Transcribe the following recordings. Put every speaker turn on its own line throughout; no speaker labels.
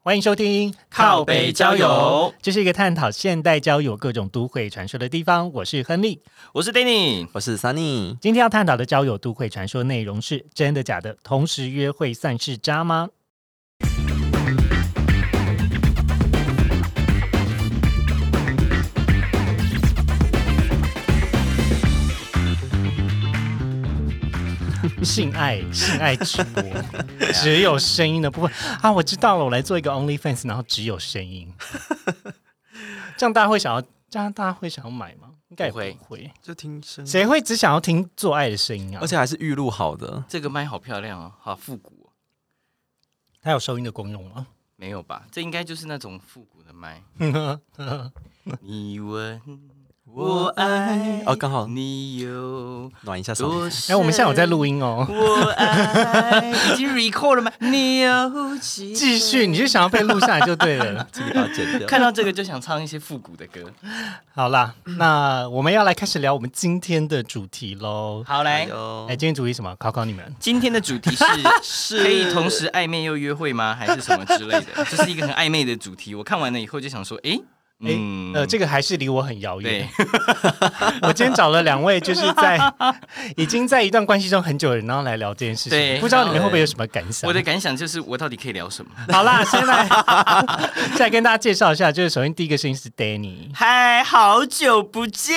欢迎收听
靠北交友，
这是一个探讨现代交友各种都会传说的地方。我是亨利，
我是 Danny，
我是 Sunny。
今天要探讨的交友都会传说内容是真的假的？同时约会算是渣吗？ 性爱，性爱直播，只有声音的部分啊！我知道了，我来做一个 OnlyFans，然后只有声音，这样大家会想要，这样大家会想要买吗？应该也
不会
不会，
就听声
谁会只想要听做爱的声音啊？
而且还是预录好的，
这个麦好漂亮哦，好复古、哦。
它有收音的功用吗？
没有吧？这应该就是那种复古的麦。你问我爱
哦，刚好
你哦有
暖一下
多
手。
深？
哎、我们现在有在录音哦。
我爱已经 record 了吗？你有几分
继续，你就想要被录下来就对了。
这个要 剪掉。
看到这个就想唱一些复古的歌。
好啦，那我们要来开始聊我们今天的主题喽。
好来，
哎、
哟，
今天主题什么？考考你们。
今天的主题是是 可以同时暧昧又约会吗？还是什么之类 的？这是一个很暧昧的主题。我看完了以后就想说，哎、
哎、
嗯，
呃，这个还是离我很遥
对
远。， 我今天找了两位，就是在 已经在一段关系中很久的人，然后来聊这件事情。
对
不知道你们会不会有什么感想？
我的感想就是我到底可以聊什么？
好 啦，先来，再来跟大家介绍一下，就是首先第一个声音是 Danny，
嗨，好久不见！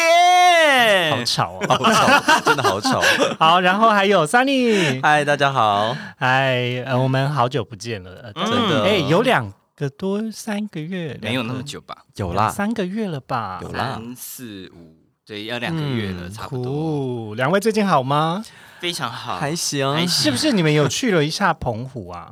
好吵哦。
好吵，真的好吵。
好，然后还有 Sunny，
嗨，大家好，
嗨，呃，我们好久不见了，呃、
真的
哎、有两个多三个月，
嗯没有
两
那
个
么久吧？
有啦，
三个月了吧？
有啦
三四五，对，要两个月了，
嗯
差不多，
酷，两位最近好吗？
非常好。
还
还
行，
行
是不是你们有去了一下澎湖啊？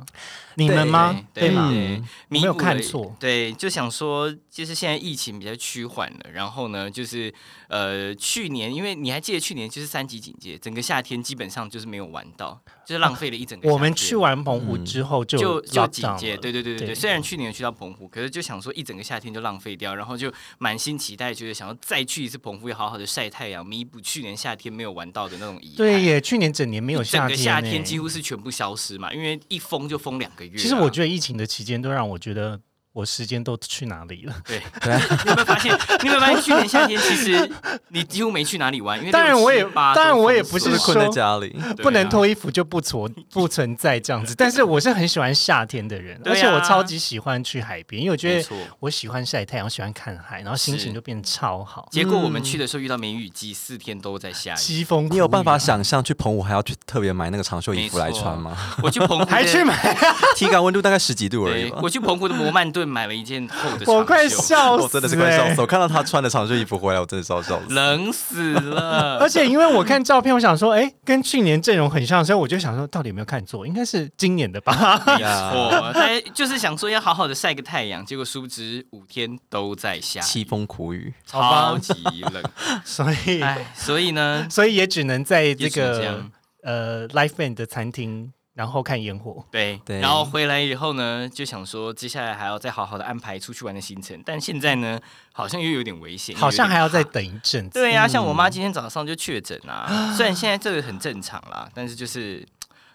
你们吗？ 哎
对
吗？嗯
对，弥
没有
补了
看错
对，就想说，就是现在疫情比较趋缓了，然后呢，就是呃，去年因为你还记得去年就是三级警戒，整个夏天基本上就是没有玩到，就是浪费了一整个夏天。
我们去完澎湖之后就
嗯就就
lock
警
down
戒，
了
对对对对
对嗯
对。虽然去年有去到澎湖，可是就想说一整个夏天就浪费掉，然后就满心期待，觉得想要再去一次澎湖，要好好的晒太阳，弥补去年夏天没有玩到的那种遗憾。
对耶，去年整年没有
整
夏
个
天，欸
夏天几。乎是全部消失嘛，因为一封就封两个月啊、
其实我觉得疫情的期间都让我觉得我时间都去哪里了。
对，
啊
你有没有发现？你有没有发现去年夏天其实你几乎没去哪里玩？因为
当然我也
六七八都
当然我也
封
不
锁
就是是
了
困在家里。
对啊
不能脱衣服就不 存不存在这样子，但是我是很喜欢夏天的人，
对啊
而且我超级喜欢去海边，因为我觉
没
得
错。
我喜欢晒太阳，我喜欢看海，然后心情
是
就变超好，
结果我们去的时候遇到梅雨季，四天都在下雨。
西风。啊
你有办法？想象去澎湖还要去特别买那个长袖衣服来穿吗？
我去澎湖的
还去买？
体感温度大概十几度而已
对
吧，。
我去澎湖的摩曼顿买了一件厚的长袖，
我快笑死、欸！
我真的是快 笑死！我看到他穿的长袖衣服回来，我真的是要笑 死。
冷啊死 了。
而且因为我看照片，我想说，哎、跟去年阵容很像，所以我就想说，到底有没有看错？应该是今年的 吧？
没错，但就是想说要好好的晒个太阳，结果殊不知五天都在下
凄
雨，
风苦雨，
超级冷。
所以，
哎，所以呢，
所以也只能在这
也只能这
个
样
呃 Life Band 的餐厅，然后看烟火。
对，
对
然后回来以后呢，就想说接下来还要再好好的安排出去玩的行程，但现在呢，好像又有点危险，
好像
又有点
还要再等一阵子。
对呀、像我妈今天早上就确诊 啊，虽然现在这个很正常啦，但是就是，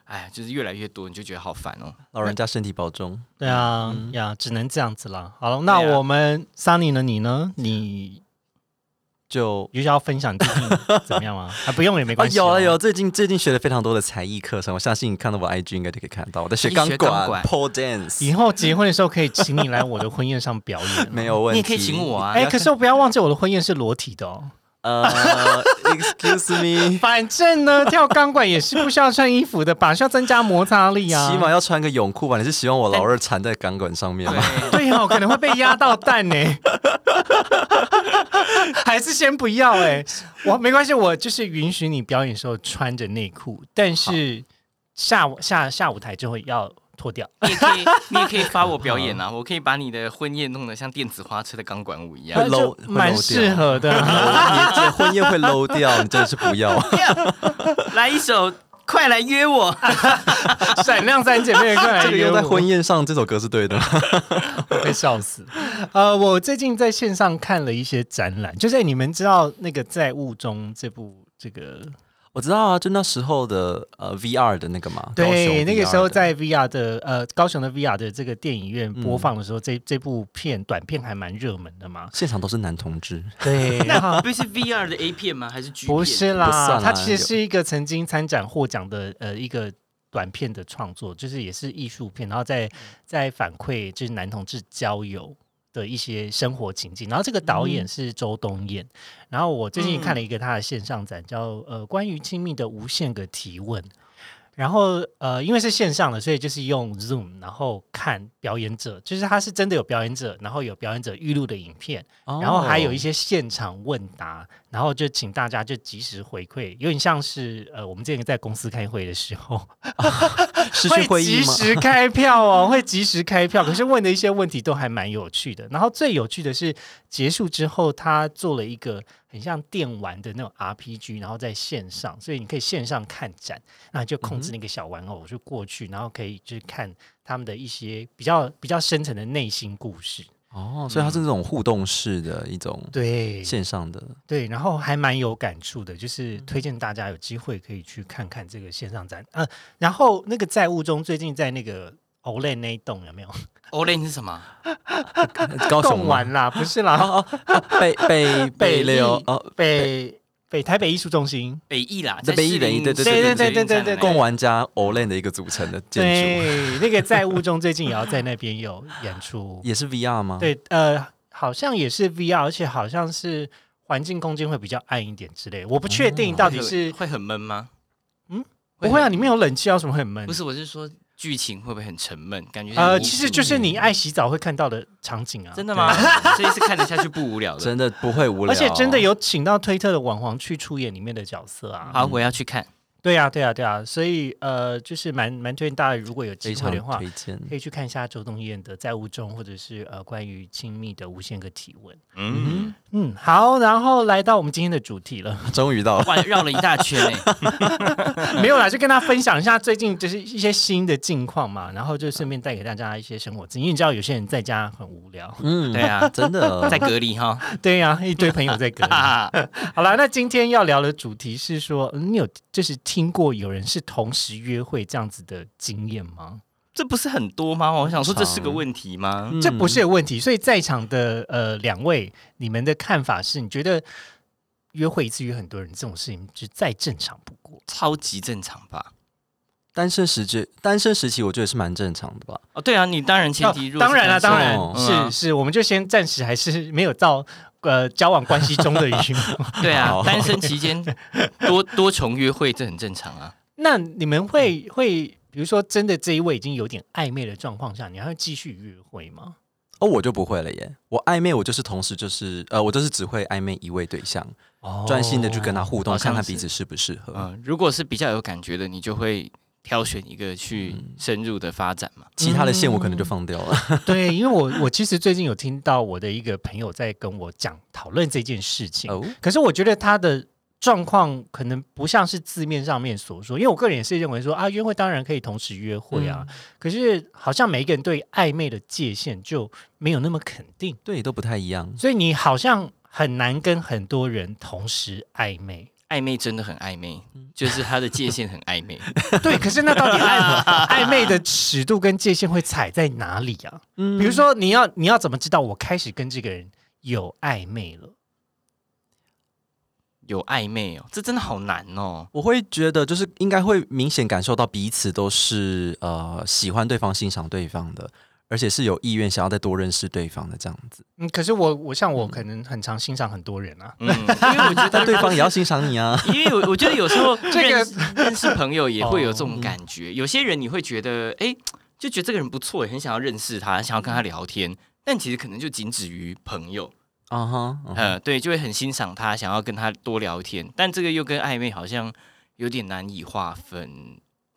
哎，就是越来越多，你就觉得好烦哦。
老人家身体保重。
对啊，
嗯
呀，只能这样子了。
啊
好了，那我们 Sunny 呢？你呢？你
就
有想要分享最近 怎么样吗？啊，不用也没
啊，
关系、
有了有，最近最近学了非常多的才艺课程，我相信你看到我 IG 应该就可以看到，我在学
你
钢
学
管、
钢管
pole dance，
以后结婚的时候可以请你来我的婚宴上表演。
没有问
你
题。
也可以请我啊，
哎、可是我不要忘记我的婚宴是裸体的 哦。
呃，excuse me，
反正呢，跳钢管也是不需要穿衣服的吧，需要增加摩擦力啊。
起码要穿个泳裤吧？你是希望我老二缠在钢管上面吗？
对，
对哦，可能会被压到蛋呢、 还是先不要哎、我没关系，我就是允许你表演的时候穿着内裤，但是下午下下舞台就会要脱掉。
你也可以，你也可以发我表演啊，我可以把你的婚宴弄得像电子花车的钢管舞一样
会。漏
呃就蛮适合 的啊、
你结婚宴会 low 掉，你真的是不要。
来一首。快来约我！
闪亮三姐妹快来
这个
约
用
我
在婚宴上，这首歌是对的吗。
被笑死。 呃，我最近在线上看了一些展览，就是你们知道那个《在雾中》这部这个，
我知道啊，就那时候的呃 VR 的那个嘛，高
对，
雄
那个
VR
时候
的
在 VR 的呃高雄的 VR 的这个电影院
嗯
播放的时候，这这部片短片还蛮热门的嘛。
现场都是男同志，
对，然后
不是 VR 的 A 片吗？还是 G 片？
不是
不
啦，
算啦
它其实是一个曾经参展获奖的呃一个短片的创作，就是也是艺术片，然后再再反馈就是男同志交友的一些生活情境。然后这个导演是周冬燕，然后我最近看了一个他的线上展，叫呃关于亲密的无限个提问。然后呃，因为是线上的，所以就是用 Zoom，然后看表演者，就是他是真的有表演者，然后有表演者预录的影片，然后还有一
些
些现场问答，然后就请大家就及时回馈，有点像是呃，我们之前在公司开会的时候，
失去
会
哦会
及
议吗？
时开票哦， 会及时开票。可是问的一些问题都还蛮有趣的。然后最有趣的是结束之后，他做了一个很像电玩的那种 RPG，然后在线上，所以你可以线上看展，那你就控
嗯
制那个小玩偶就过去，然后可以就是看他们的一些比较比较深层的内心故事。
哦，所以它是这种互动式的一种
对，
线上的，
对，然后还蛮有感触的，就是
嗯
推荐大家有机会可以去看看这个线上展。呃，然后那个债务中最近在那个 Olay 那一栋有没有
Olay 是什么？
高
哦
雄
贡
吗哦啊
丸啦？不是啦，
北 北
北
流
艺
哦，
北北台北艺术中心。
北艺啦，
对
在
北艺
士
北艺
林
对对
士林
对对对
捷运站
对对
的那
共
个
玩家 Olen 的一个组成的建
对，那个债务中最近也要在那边有演出
筑，。也是 VR 吗？，
对，呃，好像也是 VR，而且好像是环境空间会比较暗一点之类。我不确定到底是、
哦会很闷吗？
嗯，
会
不会啊，
很
里面有冷气，要什么很闷？
不是，我是说剧情会不会很沉闷？感觉
呃，
很无
其实
趣
就是你爱洗澡会看到的场景啊。
真的吗？所以是看得下去不无聊的。
真的不会无聊，
而且真的有请到推特的网黄去出演里面的角色啊。
好，我要去看。
对啊，对啊，对啊，所以呃，就是蛮蛮推荐大家，如果有
非
机会
常
的话，
推荐。
可以去看一下周冬燕的《在雾中》，或者是呃关于亲密的无限个提问。
嗯，
嗯，好，然后来到我们今天的主题 了，
终于 到了，
哇，绕了一大圈哎。
没有啦，就跟大家分享一下最近就是一些新的近况嘛，然后就顺便带给大家一些生活经验。因为你知道有些人在家很无聊，
嗯，
对啊，
真的
在隔离哈。
对呀、一堆朋友在隔离。
啊，
好了，那今天要聊的主题是说，嗯你有就是听过有人是同时约会这样子的经验吗？
这不是很多吗？我想说这是个问题吗？
这不
嗯
是有问题，所以在场的呃两位，你们的看法是，你觉得约会一次约很多人这种事情，就再正常不过。
超级正常吧？
单身时期，单身时期我觉得是蛮正常的吧。
哦，对啊，你当然前
哦
提如果
当
是
然了，
单身
当然、
哦
是、
嗯啊
是，我们就先暂时还是没有到呃交往关系中的约会。
对啊
好，
单身期间多多重约会这很正常啊。
那你们会会，比如说真的这一位已经有点暧昧的状况下，你还会继续约会吗？
哦，我就不会了耶。我暧昧，我就是同时就是呃，我就是只会暧昧一位对象，
哦
专心的去跟他互动，
好像
看看
是
彼此适不适合。
啊
嗯，如果是比较有感觉的，你就会挑选一个去
嗯
深入的发展嘛。
其他的线我可能就放掉 了。
对，因为我我其实最近有听到我的一个朋友在跟我讲讨论这件事情，
哦，
可是我觉得他的状况可能不像是字面上面所说，因为我个人也是认为说啊，约会当然可以同时约会啊，
嗯
可是好像每一个人对暧昧的界限就没有那么肯定，
对，都不太一样。
所以你好像很难跟很多人同时暧昧。
暧昧真的很暧昧，
嗯
就是它的界限很 暧昧。
对，可是那到底暧暧昧的尺度跟界限会踩在哪里啊？
嗯
比如说，你要你要怎么知道我开始跟这个人有暧昧了？
有暧昧哦，这真的好难哦。
我会觉得，就是应该会明显感受到彼此都是呃喜欢对方、欣赏对方的，而且是有意愿想要再多认识对方的这样 子。
嗯，可是我我像我可能很常欣赏很多人啊，
嗯，因为我觉得
但对方也要欣赏你啊。
因为我我觉得有时候
个
认识认识朋友也会有这种感觉，有些人你会觉得，哎、就觉得这个人不错，很想要认识他，想要跟他聊天，但其实可能就仅止于朋友，
啊哈，嗯
呃，对，就会很欣赏他，想要跟他多聊天，但这个又跟暧昧好像有点难以划分。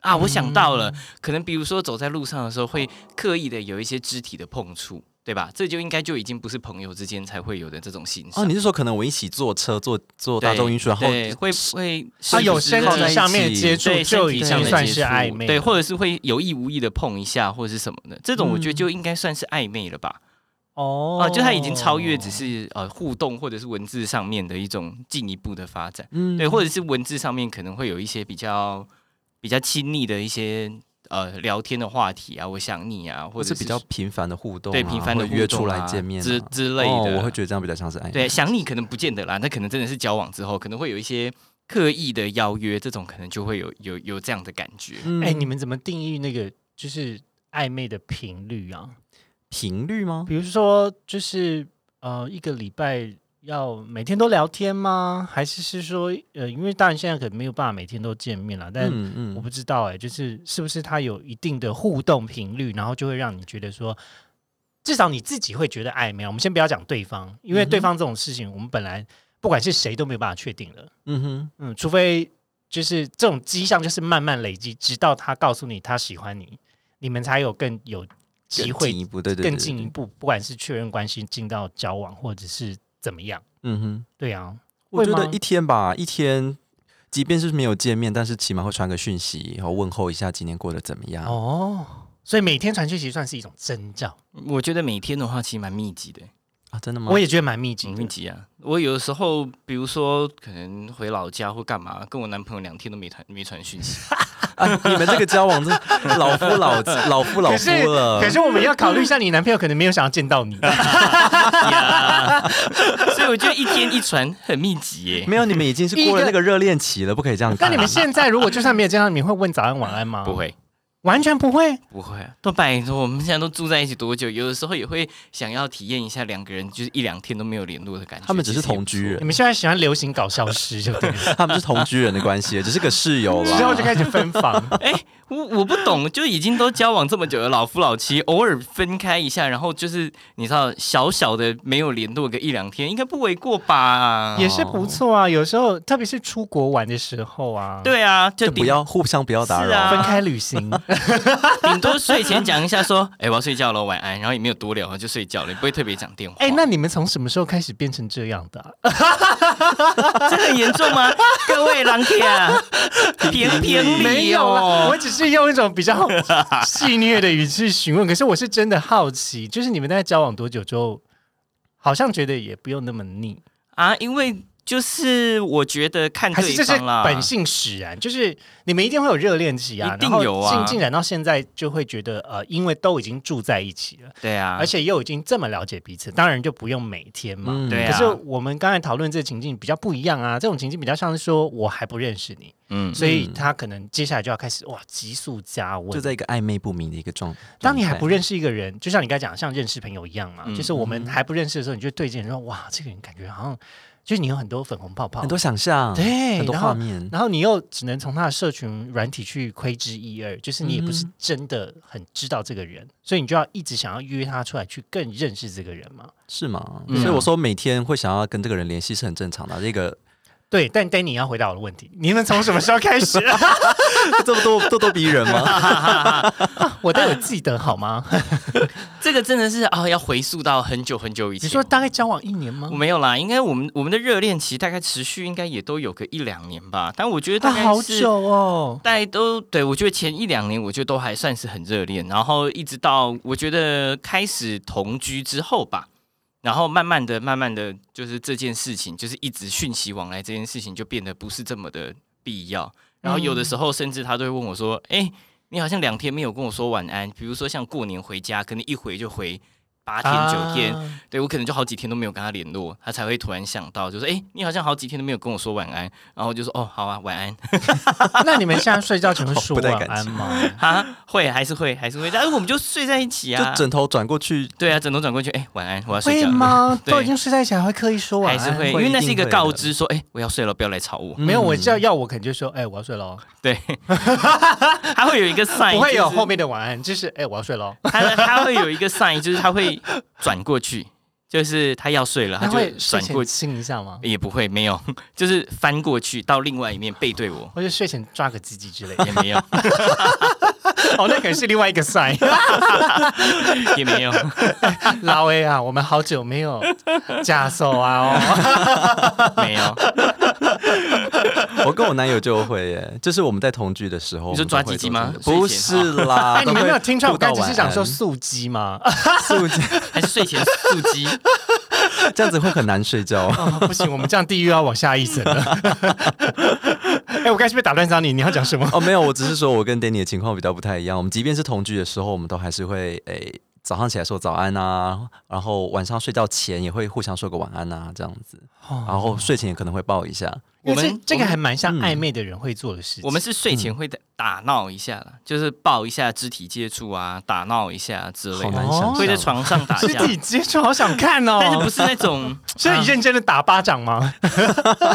啊，我想到了，可能比如说走在路上的时候，会刻意的有一些肢体的碰触，对吧？这就应该就已经不是朋友之间才会有的这种欣赏。
哦，你是说可能我一起坐车坐坐大众运输，然后
对会会
他啊有
时
身
不时
体
地
上面接触
对
就
身
已
体
经
上的
算
接
是
触
暧昧了，
对，或者是会有意无意的碰一下或者是什么的，这种我觉得
嗯
就应该算是暧昧了吧？
哦
啊、就他已经超越
哦
只是呃互动或者是文字上面的一种进一步的发展，
嗯
对，或者是文字上面可能会有一些比较比较亲密的一些呃聊天的话题啊，我想你啊，或
或
者
是
是
比较频繁的互动啊、
对频繁的
或
互
约
动
出来
啊
见面、啊、
之之类的
哦，我会觉得这样比较像是暧昧。
对，想你可能不见得啦，那可能真的是交往之后，可能会有一些刻意的邀约，这种可能就会有有有这样的感觉。
嗯，
哎、你们怎么定义那个就是暧昧的频率啊？
频率吗？
比如说，就是呃，一个礼拜要每天都聊天吗？还是是说，呃，因为当然现在可能没有办法每天都见面了，但
嗯嗯，
我不知道哎、就是是不是它有一定的互动频率，然后就会让你觉得说，至少你自己会觉得暧昧啊。我们先不要讲对方，因为
嗯
对方这种事情，我们本来不管是谁都没有办法确定的，
嗯哼，
嗯，除非就是这种迹象，就是慢慢累积，直到他告诉你他喜欢你，你们才有更有机
更
会
进一步，对对对，
更进一
对，
步，不管是确认关系进到交往，或者是怎么样，
嗯哼，
对啊，
我觉
会
得
吗
一天吧，一天，即便是没有见面，但是起码会传个讯息，然后问候一下今天过得怎么样。
哦，所以每天传讯息算是一种征兆，
我觉得每天的话其实蛮密集的，
啊，真的吗？
我也觉得蛮密集
嗯
紧
的
密。集啊。我有时候比如说可能回老家或干嘛，跟我男朋友两天都没传没传讯息，
啊，你们这个交往真老夫老妻老夫老
可
夫
是，
了
可。是我们要考虑一下，你男朋友可能没有想要见到 你。
所以我觉得一天一传很密集耶。
没有，你们已经是过了那个热恋期了，不可以这样啊
那
看。
你们现在如果就算没有见到，你们会问早安晚安吗？
不，会，
完全不会。
不会啊，都拜托，我们现在都住在一起多久？有的时候也会想要体验一下两个人就是一两天都没有联络的感觉。
他们只是
其实也
同居
不错
人
你们现在喜欢流行搞消失， 就对了。
他们是同居人的关系，只是个室友
之后
啦
就。开始分 房。
哎、我我不懂，就已经都交往这么久了，老夫老妻，偶尔分开一下，然后就是你知道，小小的没有联络个一两天，应该不为过吧？
也是不错啊，有时候特别是出国玩的时候啊，，
对啊，就
就不
顶
要互相不要打
是啊
扰。
分开旅行，
顶多睡前讲一下说，哎、我要睡觉了，晚安，然后也没有多聊，就睡觉了，也不会特别讲电话。
哎、那你们从什么时候开始变成这样的 啊、
这很严重吗？ 各位狼铁，偏偏
没
理
有啦，
哦
我。只是用一种比较戏谑的语气询问，可是我是真的好奇，就是你们在交往多久之后，好像觉得也不用那么腻，
啊，因为就是我觉得看
还是
嗯对
这是
方啦，
本性使然，就是你们一定会有热恋期啊，
一定
然后
有啊
进进展到现在就会觉得呃，因为都已经住在一起了，
对啊，
而且又已经这么了解彼此，当然就不用每天嘛，
嗯
对啊
可是我们刚才讨论这个情境比较不一样啊，这种情境比较像是说我还不认识你，
嗯，
所以他可能接下来就要开始哇急速加温。
就在一个暧昧不明的一个状。
当你还不
认
认识一个人，就像你刚才讲，像认识朋友一样嘛，
嗯
就是我们还不认识的时候，你就对这个人说哇，这个人感觉好像就是你有很多粉红泡泡，
很多想象，
对，
很多
然后
画面，
然后你又只能从他的社群软体去窥之一二，就是你也不是
嗯
真的很知道这个人，所以你就要一直想要约他出来去更认识这个人嘛。
是吗？
嗯
所以我说每天会想要跟这个人联系是很正常的。啊这个
对，但但你要回答我的问题，你们从什么时候开始？
这么多咄咄逼人吗？
我都有记得好吗？
这个真的是啊、要回溯到很久很久以前。
你说大概交往一年吗
我？没有啦，应该我们我们的热恋期大概持续应该也都有个一两年吧，但我觉得
他
大概
啊好
是
久哦，
大概都对我觉得前一两年我觉得都还算是很热恋，然后一直到我觉得开始同居之后吧，然后慢慢的、慢慢的，就是这件事情，就是一直讯息往来这件事情就变得不是这么的必要，然后有的时候甚至他都会问我说：“哎、你好像两天没有跟我说晚安。”比如说像过年回家，可能一回就回八天九天，
啊
对我可能就好几天都没有跟他联络，他才会突然想到，就说：“哎、你好像好几天都没有跟我说晚安。”然后我就说：“哦，好啊，晚安。”
啊那你们现在睡觉前会说
不带
晚
感
安
情
吗？
啊，会还是会还是会，但是我们就睡在一起啊
就。枕头转过去，
对啊，枕头转过去，哎、晚安，我要睡
会
觉了。
吗？
对
都已经睡在一起，还会嗯刻意说晚
还
安？
是会，因
会
为
一
那是
定
一个
会
告
的
知，说，哎、我要睡了，不要来吵我。
没有，我
叫
要要我肯定就说，哎、我要睡喽，
对，他会有 一个 sign，
不会有
就是
后面的晚安，就是哎、我要睡喽。
他他会有一个 sign，就是他会转过去，就是他要睡了，他
那
就
会睡
转过
前
去，
亲一下吗？
也不会没有，就是翻过去到另外一面背对我，
或者睡前抓个鸡鸡之类的？
也没有。
哦，那可能是另外一个 sign。
也没有。
老 A 啊，我们好久没有假手啊哦，
没有，
我跟我男友就会耶，就是我们在同居的时候，
你说
我们都
抓鸡
会
鸡
做这
吗
种不是啦，
啊
哎，你们没有听出来？我刚
刚
才只是想说
嗯
素鸡吗？ 啊
素鸡，
还是睡前素鸡？
这样子会很难睡觉。
不行，我们这样地狱要往下一层了。 哎，我刚才是不是打断到你？你要讲什么？
哦，没有，我只是说我跟 Danny 的情况比较不太一样。我们即便是同居的时候，我们都还是会诶、早上起来说早安啊，然后晚上睡觉前也会互相说个晚安啊，这样子。然后睡前也可能会抱一下。
我
因为
们
这这个
我们嗯
还蛮像暧昧的人会做的事情。
我们是睡
嗯
前会打打闹一下啦，就是抱一下肢体接触啊，打闹一下之类的，
好难想象
哦
会在床上打
肢
架，
体接触，好想看
但是
哦
不。是那种
所以你认真的打巴掌吗？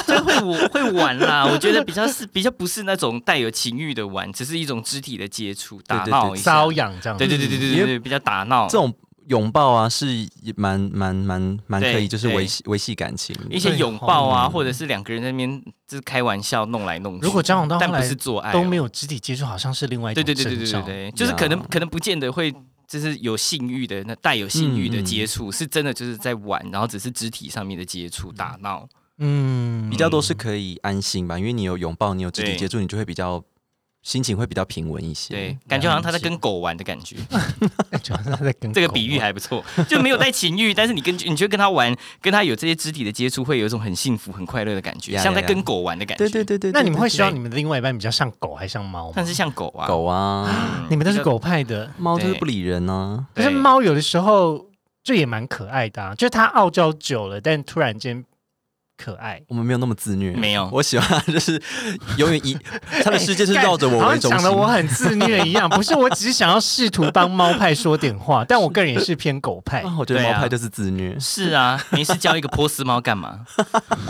就会我会玩啦。我觉得比较是比较不是那种带有情欲的玩，只是一种肢体的接触，打哦闹一下
瘙。痒这样子。
对对对对对对对，比较打闹
这。种拥抱啊，是也蛮蛮蛮蛮可
对
以，就是
对
维系维系感情的。
一些拥抱啊，或者是两个人在那边就是开玩笑弄来弄去。
如果交往到后来
但不是做爱哦
都没有肢体接触，好像是另外一
对
种
对对
征
对对
兆
对对，就是可能可能不见得会。就是有性欲的，那带有性欲的接
嗯
触、是真的，就是在玩，然后只是肢体上面的接触、打闹。
嗯，
比较都是可以安心吧，因为你有拥抱，你有肢体
对
接触，你就会比较心情会比较平稳一些。
对，感觉好像他在跟狗玩的感觉。
主要是他在跟
这个
狗
比喻
玩
还不错，就没有带情欲，但是你跟你觉得跟他玩，跟他有这些肢体的接触，会有一种很幸福、很快乐的感觉，
呀
像
呀
在
呀
跟狗玩的感觉。
对对对对，
那你
对
们会
对
希望你们的另外一半比较像狗还是像猫吗
但？是像狗啊，
狗啊，
嗯
你们都是
比较
狗派的，
猫就是
对
不理人啊。
可是
对
猫有的时候就也蛮可爱的、啊，就是它傲娇久了，但突然间可爱。
我们没有那么自虐，
没有
我喜欢就是 永远以他的世界就是绕着我
好
为
像
中
哎讲的
心。
我很自虐一样，不是，我只是想要试图帮猫派说点话，但我个人也是偏狗派。
啊，我觉得
对啊
猫派就是自虐。
是啊，没事教一个波斯猫 干嘛？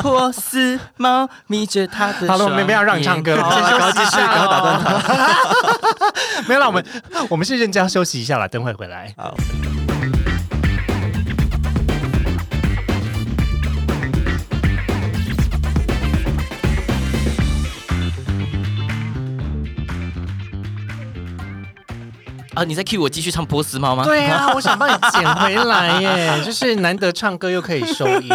波斯猫眯着它的
好了，我们不要让你唱歌 了，
好
先
了，
休息一下，然后打断他。没有啦，我们我们是认真要休息一下啦，等会回来。
好，
啊！你在 cue 我继续唱波斯猫吗？
对啊，我想帮你捡回来耶，就是难得唱歌又可以收音，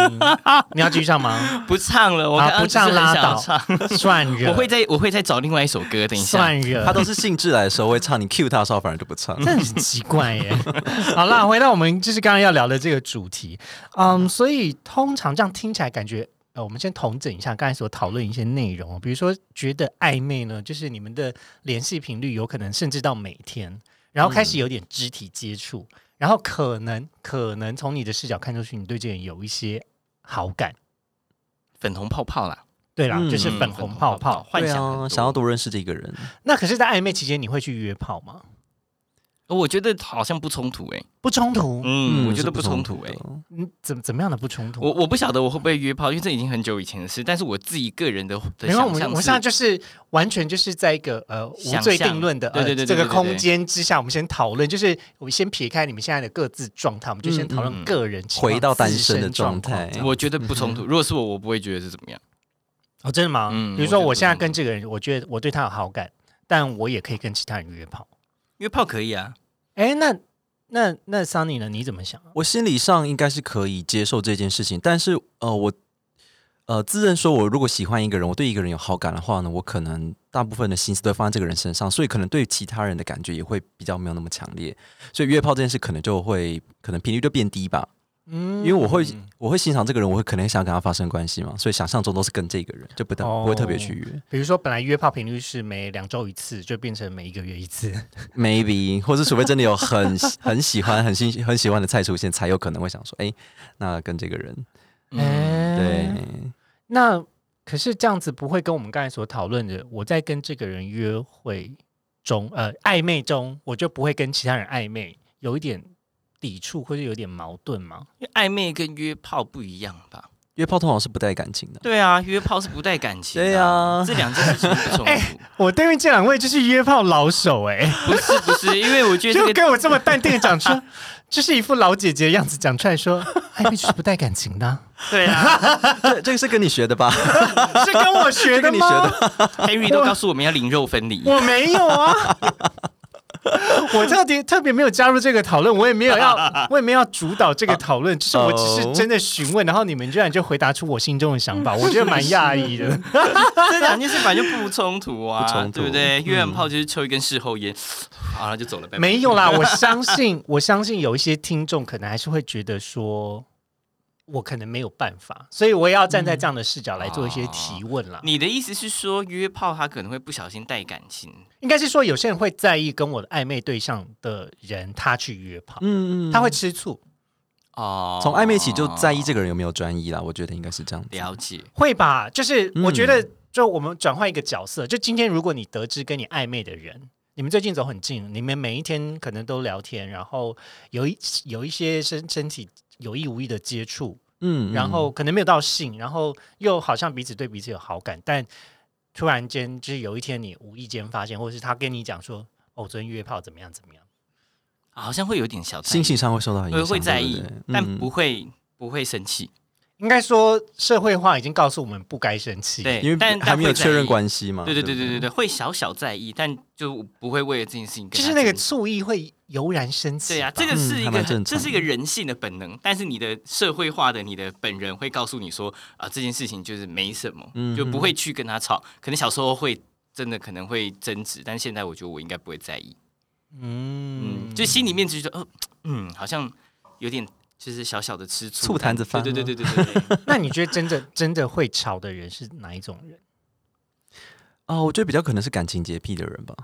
你要继续唱吗？
不唱了，我
啊
刚刚
不唱
只是很
拉
想要
倒
唱，
算 惹，
我会再我会再找另外一首歌，等一下。
算惹，
他都是兴致来的时候会唱，你 cue 他的时候反而就 不唱。
真的很奇怪 耶。好啦，回到我们就是刚刚要聊的这个主题，嗯，所以通常这样听起来感觉。呃，我们先统整一下刚才所讨论一些内容哦，比如说觉得暧昧呢，就是你们的联系频率有可能甚至到每天，然后开
嗯
始有点肢体接触，然后可能可能从你的视角看出去，你对这个人有一些好感，
粉红泡泡啦，
对啦，
嗯
就是
嗯
粉红泡泡。
幻
对
想很
啊，
多
想要多认识这个人，
那可是，在暧昧期间，你会去约炮吗？
我觉得好像不冲突哎、
不冲突，
嗯，我觉
是
得不冲
突
突哎、
的
嗯，怎怎么样的不冲突？
我我不晓得我会不会约炮，因为这已经很久以前的事。但是我自己个人的的
没有，我
想
们我们
象是
现在就是完全就是在一个呃无
想
罪
象
定论的
对对对
呃
对
这
对
个
对
空间之下，我们先讨论，就是我们先撇开你们现在的各自状态，我们就先讨
嗯嗯
论
嗯
个人情况
回到单
自身
身的
况
状态
这样
我觉得不
嗯
冲突。如果是我，我不会觉得是怎么样。
哦，真的吗？
嗯
比如说
我觉得
我
不
现在
冲
跟这个人，我觉得我对他有好感，但我也可以跟其他人约炮。
约炮可以啊，
哎，那那那 Sunny 呢？你怎么想？啊
我心理上应该是可以接受这件事情，但是呃，我呃自认说，我如果喜欢一个人，我对一个人有好感的话呢，我可能大部分的心思都会放在这个人身上，所以可能对其他人的感觉也会比较没有那么强烈，所以约炮这件事可能就会可能频率就变低吧，
嗯
因为我会、我会欣赏这个人，我会可能想跟他发生关系嘛，所以想象中都是跟这个人，就不太、
哦
不会特别去约
比如说本来约炮频率是每两周一次，就变成每一个月一次。
，maybe 或是除非真的有很 很喜欢很喜很喜欢的菜出现，才有可能会想说，哎，那跟这个人
哎
嗯，
对。
对，那可是这样子不会跟我们刚才所讨论的，我在跟这个人约会中，呃，暧昧中，我就不会跟其他人暧昧，有一点抵触或者有点矛盾吗？
因为暧昧跟约炮不一样吧？
约炮通常是不带感情的。
对啊，约炮是不带感情、
对啊
这两件事情 不冲突。
我对面这两位就是约炮老手哎、
不是不是，因为我觉得
就
这个
给我这么淡定的讲出，就是一副老姐姐的样子讲出来说，暧昧就是不带感情的啊、
对 啊
这这个是跟 你学的吧？
是跟我学的
这跟
吗？
你学的，
，Henry 都告诉我们要灵肉分离。
我没有啊。 我特别特别没有加入这个讨论，我也没有要，我也没有要主导这个讨论，就是我只是真的询问，然后你们居然就回答出我心中的想法，我觉得蛮讶异的。
这两件事反正就不冲突啊，
不冲突
对不对？约完炮就是抽一根事后烟，好了就走了呗。
嗯没有啦，我相信， 我相信有一些听众可能还是会觉得说，我可能没有办法，所以我也要站在这样的视角来做一些提问啦。
你的意思是说约炮他可能会不小心带感情，
应该是说，有些人会在意跟我的暧昧对象的人，他去约炮，
嗯嗯，
他会吃醋，
哦，
从暧昧起就在意这个人有没有专一啦，我觉得应该是这样子。
了解，
会吧？就是
嗯
我觉得，就我们转换一个角色，就今天如果你得知跟你暧昧的人。你们最近走很近，你们每一天可能都聊天，然后有一有一些身身体有意无意的接触，
嗯，嗯
然后可能没有到性，然后又好像彼此对彼此有好感，但突然间就是有一天你无意间发现，或者是他跟你讲说，哦，我昨天约炮怎么样怎么样，
好像会有点小在意
心情上会受到影
会
响，
会在
对
意
对对，
但
嗯
不会不会生气，
应该说社会化已经告诉我们不该生气。，
对，
因
但
为还没有确认
系。
关系嘛。
对对对
不
对对对，会小小在意，但就不会为了这件事情跟
就
他
是那个
争执
醋意会油然升起吧。
对啊，这个是
嗯
一个
还蛮
很、
正
这是一
常
个人性的本能，但是你的社会化的你的本人会告诉你说啊、这件事情就是没什么，
嗯
就不
哼
会去跟他吵。可能小时候会真的可能会争执，但现在我觉得我应该不会在意，
嗯
嗯，就心里面就觉得哦，嗯，好像有点就是小小的吃醋，
醋坛子
对
翻
对对
了
对对对 对，
那你觉得真的真的会吵的人是哪一种人
啊，我觉得比较可能是感情洁癖的人吧，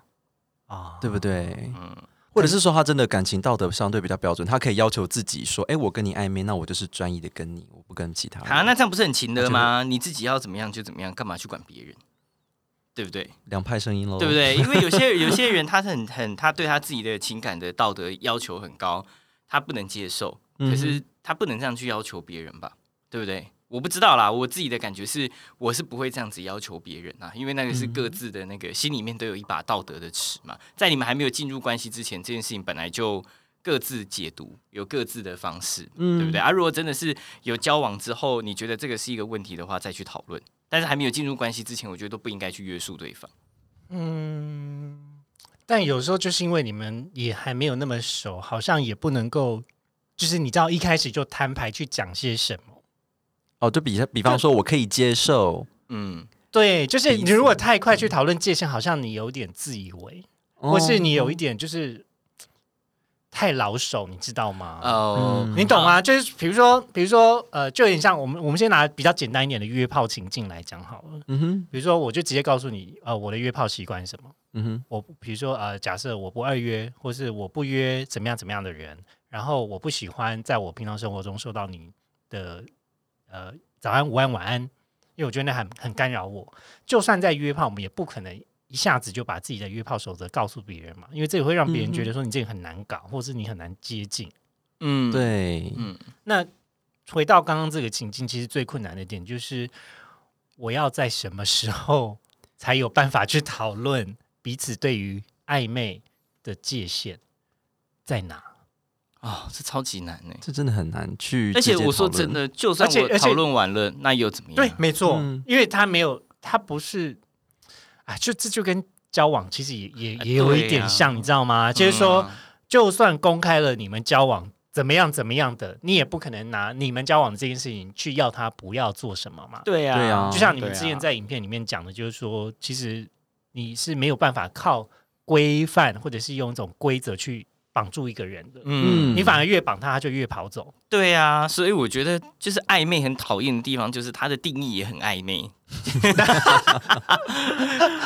啊？
对不对？
嗯，
或者是说他真的感情道德相对比较标准，他可以要求自己说，哎，我跟你暧昧，那我就是专一的跟你，我不跟其他人。
好、啊那这样不是很勤
我
的
觉得
吗？你自己要怎么样就怎么样，干嘛去管别人？对不对？
两派声音喽，
对不？对？因为有些有些人他是很很他对他自己的情感的道德要求很高，他不能接受，
嗯
可是他不能这样去要求别人吧？对不对？我不知道啦，我自己的感觉是，我是不会这样子要求别人啊，因为那个是各自的那个心里面都有一把道德的尺嘛，在你们还没有进入关系之前，这件事情本来就各自解读，有各自的方式，
嗯
对不对？啊，如果真的是有交往之后，你觉得这个是一个问题的话，再去讨论。但是还没有进入关系之前，我觉得都不应该去约束对方。
嗯，但有时候就是因为你们也还没有那么熟，好像也不能够，就是你知道一开始就摊牌去讲些什么。
哦，就比比方说，我可以接受，
嗯，
对，就是
彼
你
此
如果太快去讨论界限，好像你有点自以为，
哦
或是你有一点就是嗯太老手，你知道吗？
哦、
嗯
你懂吗？就是比如说，比如说，呃，就有点像我们，我们先拿比较简单一点的约炮情境来讲好了。
嗯哼，
比如说，我就直接告诉你，呃，我的约炮习惯是什么。
嗯哼，
我比如说呃，假设我不二约，或是我不约怎么样怎么样的人，然后我不喜欢在我平常生活中受到你的呃早安、午安、晚安，因为我觉得那很很干扰我。就算在约炮，我们也不可能一下子就把自己的约炮守则告诉别人嘛，因为这也会让别人觉得说你这个很难搞，或是你很难接近。
嗯，
对，
嗯，
那回到刚刚这个情境，其实最困难的点就是，我要在什么时候 才有办法去讨论彼此对于暧昧的界限在哪？
哦，这超级难呢。
这真的很难去。
而且我说真，的，就算
而且
我
而且
讨论完了，那又怎么样？
对，没错，
嗯
因为他没有，他不是啊，就这就跟交往其实也也
啊
也有
对
一
啊
点像，你知道吗？
嗯，
就是说，就算公开了你们交往。怎么样？怎么样的？你也不可能拿你们交往这件事情去要他不要做什么嘛？
对啊，
对啊
就像你们之前
对啊，
在影片里面讲的，就是说，其实你是没有办法靠规范或者是用一种规则去绑住一个人的，
嗯，
嗯
你反而越绑他，他就越跑走。
对啊，所以我觉得就是暧昧很讨厌的地方，就是它的定义也很暧昧。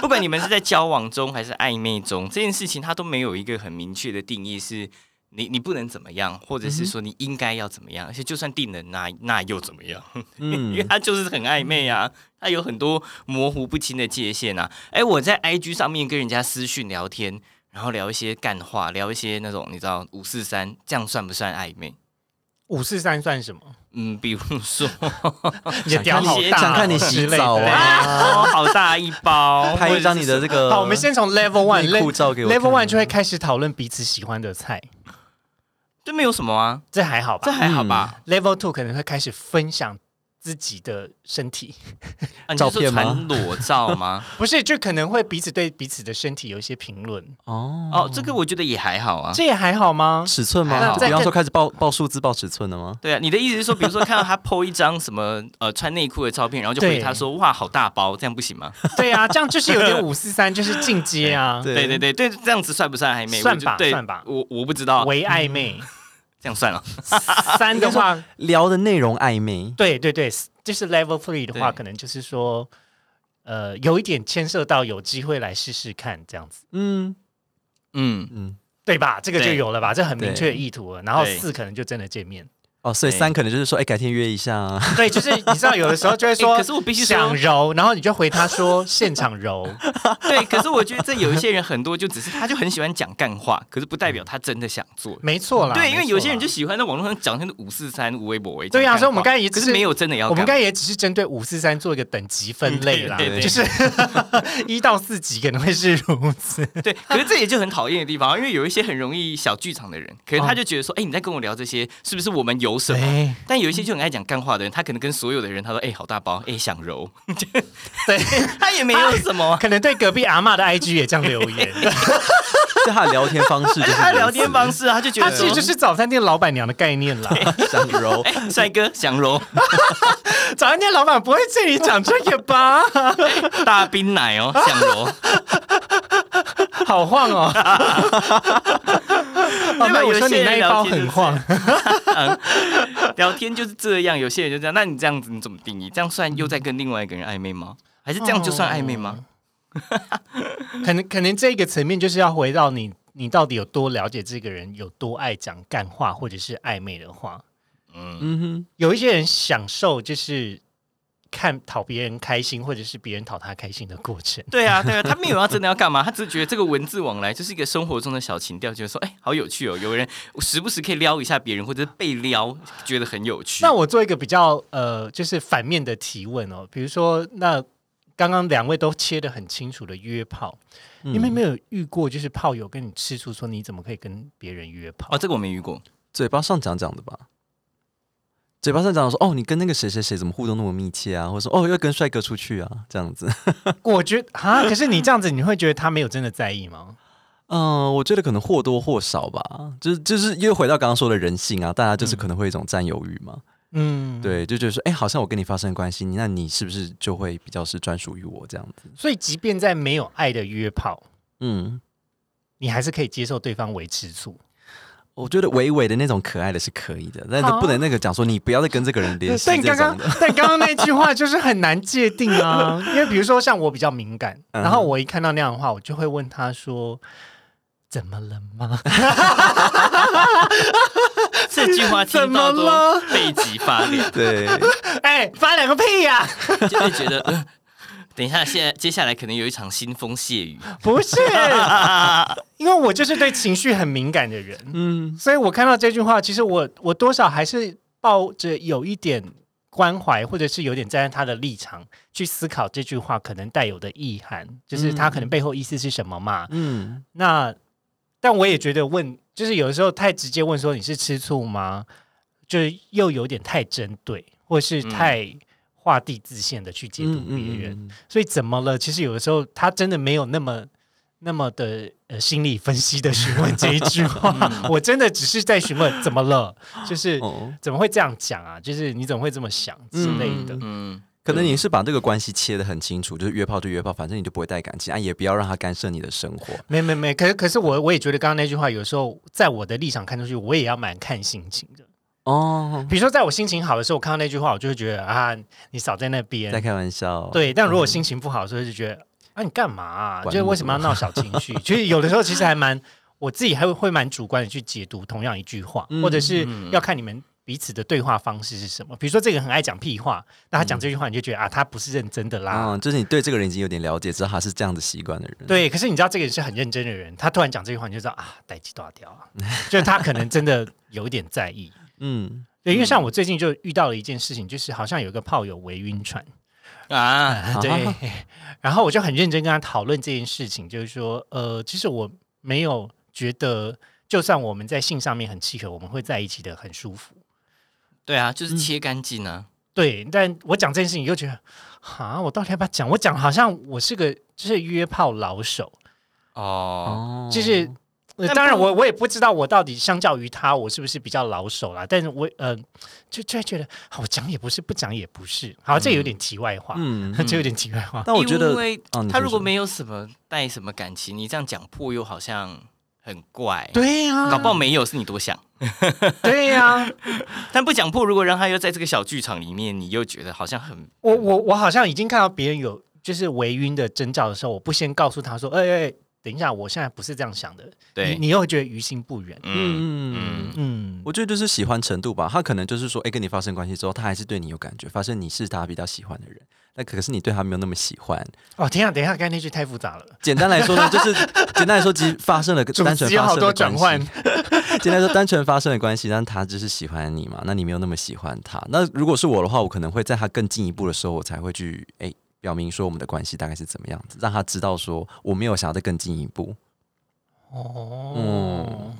不管你们是在交往中还是暧昧中，这件事情它都没有一个很明确的定义是。你你不能怎么样，或
嗯
者是说你应该要怎么样，而且就算定了，那那又怎么样？因为
嗯，
他就是很暧昧啊，他有很多模糊不清的界限啊。哎，我在 IG 上面跟人家私讯聊天，然后聊一些干话，聊一些那种你知道五四三，这样算不算暧昧？
五四三算什么？
嗯，比如说，
你的屌
看你
好大哦，
想看你
洗
之类的
澡啊
对
哦，好大一包，
拍一张你的这个，
好，我们先从 level
内裤
one
照给我
level
看
one 就会开始讨论彼此喜欢的菜，
这没有什么啊，
这还好吧
这还好吧？
嗯
？level two 可能会开始分享自己的身体，
啊你
照
是说
片吗
传裸照 吗？
不是就可能会彼此对彼此的身体有一些评论，
哦
哦，这个我觉得也还好啊。
这也还好吗？
尺寸吗？
还好
就比方说开始报报数字、报尺寸了吗？
对啊，你的意思是说，比如说看到他 po 一张什么呃穿内裤的照片，然后就回
对
他说哇好大包，这样不行吗？
对啊，这样就是有点五四三，就是进阶啊，
对
对对对对，这样子算不算暧昧？
算
我就
吧
对
算吧
我我不知道，
为暧昧。
这样算啊了。嗯
三的话，
聊的内容暧昧，
对对对，就是 level three 的话，
对
可能就是说，呃，有一点牵涉到有机会来试试看这样子，
嗯
嗯，
嗯，
对吧？这个就
对
有了吧，这很明确的
对
意图了。然后
对
四可能就真的见面，
哦，所以
对
三可能就是说，哎，改天约一下啊，
对，就是你知道，有的时候就会 说，
欸可是我必须说
想揉，然后你就回他说现场 揉，
对。可是我觉得这有一些人很多就只是他就很喜欢讲干话，可是不代表他真的想做。
没嗯错啦。
对，因为有些人
没错
就
啦。
喜欢在网络上讲那种五四三、无微博为。
对啊
讲干话
所以我们刚才也
可
只是
是没有真的要
我
干嘛。
们刚才也只是针对五四三做一个等级分类啦，
对
对对
就是 一到四级可能会是如此。
对，可是这也就很讨厌的地方，因为有一些很容易小剧场的人，可能他就觉 得说，哎、你在跟我聊这些，是不是我们有什么？
哎，
但有一些就很爱讲干话的人，他可能跟所有的人，他说，哎、好大包，哎、想 揉，
对，
他也没有什么啊。
可能对隔壁阿嬷的 IG 也这样留言，
就他的聊天方式就是
他聊天方式，啊他就觉
它
得
其
说
实就，是早餐店老板娘的概念啦。
式想揉，
哎、帅哥想揉
早餐店老板不会这里讲这个吧？
大冰奶哦，想揉，
好晃 哦！老板，
有
我说
些
你
人
那一包很 晃，
嗯聊天就是这样，有些人就这样。那你这样子你怎么定义？这样算又在跟另外一个人暧昧吗？还是这样就算暧昧
哦
吗？
可能可能这个层面就是要回到你，你到底有多了解这个人，有多爱讲干话或者是暧昧的话。
嗯，
嗯
有一些人享受就是看讨别人开心，或者是别人讨他开心的过程。
对啊，对啊，他没有要真的要干嘛，他只是觉得这个文字往来就是一个生活中的小情调，觉得说，哎、好有趣哦，有人我时不时可以撩一下别人，或者是被撩，觉得很有趣。
那我做一个比较呃，就是反面的提问哦，比如说，那刚刚两位都切得很清楚的约炮，
哼，
你们有
嗯
没有遇过就是炮友跟你吃醋说你怎么可以跟别人约炮？
啊
哦，这个我没遇过，
嘴巴上讲讲的吧？嘴巴上讲说，哦，你跟那个谁谁谁怎么互动那么密切啊？或者说，哦，要跟帅哥出去啊，这样子。
我觉得啊，可是你这样子，你会觉得他没有真的在意吗？
嗯，我觉得可能或多或少吧，就是就是又回到刚刚说的人性啊，大家就是可能会有一种占有欲嘛，
嗯，。
对，就觉得说，哎、好像我跟你发生关系，你那你是不是就会比较是专属于我这样子？
所以，即便在没有爱的约炮，
嗯，
你还是可以接受对方为吃醋。
我觉得微微的那种可爱的是可以的，但是
好
不能那个讲说你不要再跟这个人联系
但
这
刚刚
种的。，
但刚刚那句话就是很难界定 啊，因为比如说像我比较敏感，
嗯
然后我一看到那样的话，我就会问他说：“怎么了吗？”
这句话听到
怎么了
都背脊发凉，
对，
哎，发两个屁呀、
就会觉得，呃等一下，现在接下来可能有一场腥风血 雨。
不是，因为我就是对情绪很敏感的人，
嗯，
所以我看到这句话，其实我我多少还是抱着有一点关怀，或者是有点站在他的立场去思考这句话可能带有的意涵，就是他可能背后意思是什么嘛。
嗯，
那但我也觉得问，就是有的时候太直接问说你是吃醋吗，就是又有点太针对，或是
嗯
太画地自限的 去解读
嗯嗯
别人。
嗯
所以怎么了？其实有的时候他真的没有那么那么的呃心理分析的询问这一句话， 我真的只是在询问怎么了，就是
嗯哦，
怎么会这样讲啊？就是你怎么会这么想之类的？
嗯
嗯，
可能你是把这个关系切得很清楚，就是约炮就约炮，反正你就不会带感情啊，也不要让他干涉你的生活。
没没没，可是可是我我也觉得刚刚那句话，有时候在我的立场看出去，我也要蛮看心情的。
哦，
比如说，在我心情好的时候，我看到那句话，我就会觉得啊，你少在那
在
边。
开玩笑。，
对，但如果心情不好的时候，就觉得啊，你干嘛、啊？
嗯管
就是
那
为
么
什么要
多
闹小情绪？ 其实有的时候其实还蛮，我自己还会会蛮主观的去解读同样一句话，
嗯
或者是要看你们彼此的对话方式是什么。比如说，这个人很爱讲屁话，那他讲这句话，你就觉得啊，他不是认真的啦。
嗯，就是你对这个人已经有点了解，知道他是这样子习惯的人。
对，可是你知道这个人是很认真的人，他突然讲这句话，你就知道啊，代际大掉 啊，就是他可能真的有一点在意。
嗯，
对，因为像我最近就遇到了一件事情，就是好像有一个炮友围晕船，
啊，
对
啊，
然后我就很认真跟他讨论这件事情，就是说，呃，其实我没有觉得，就算我们在性上面很契合，我们会在一起的很舒服。
对啊，就是切干净啊。
对，但我讲这件事情又觉得，哈，我到底要不要讲？我讲好像我是个就是约炮老手，
哦，
哦
就是、呃
但
当然
不
我我也不知道我到底相较于他，我是不是比较老手啦？但是我呃，就就会觉得，啊我讲也不是，不讲也不是。好，这有点题外话，
嗯，
这有点题外话。
但我觉得
因为
哦你
他
先
如果
说
没有什么带什么感情，你这样讲破又好像很怪。，
对呀、
啊
搞不好没有是你多想，
对呀、
但不讲破，如果让他又在这个小剧场里面，你又觉得好像很
我我我好像已经看到别人有就是微晕的征兆的时候，我不先告诉他说，哎、哎、等一下，我现在不是这样想的，
对
你，你又会觉得于心不忍。
嗯
嗯
嗯
嗯，，
嗯，
我觉得就是喜欢程度吧。他可能就是说，哎、跟你发生关系之后，他还是对你有感觉，发现你是他比较喜欢的人，那可是你对他没有那么喜欢。
哦，天啊，等一下，刚才那句太复杂了。
简单来说呢，就是简单来说，即发生了个
主
单纯
题有
发
好
生
多
的
转
关
换
系。， 简单说，单纯发生的关系，但他只是喜欢你嘛，那你没有那么喜欢他。那如果是我的话，我可能会在他更进一步的时候，我才会去哎、表明说我们的关系大概是怎么样子，让他知道说我没有想要再更进一步。
哦，
嗯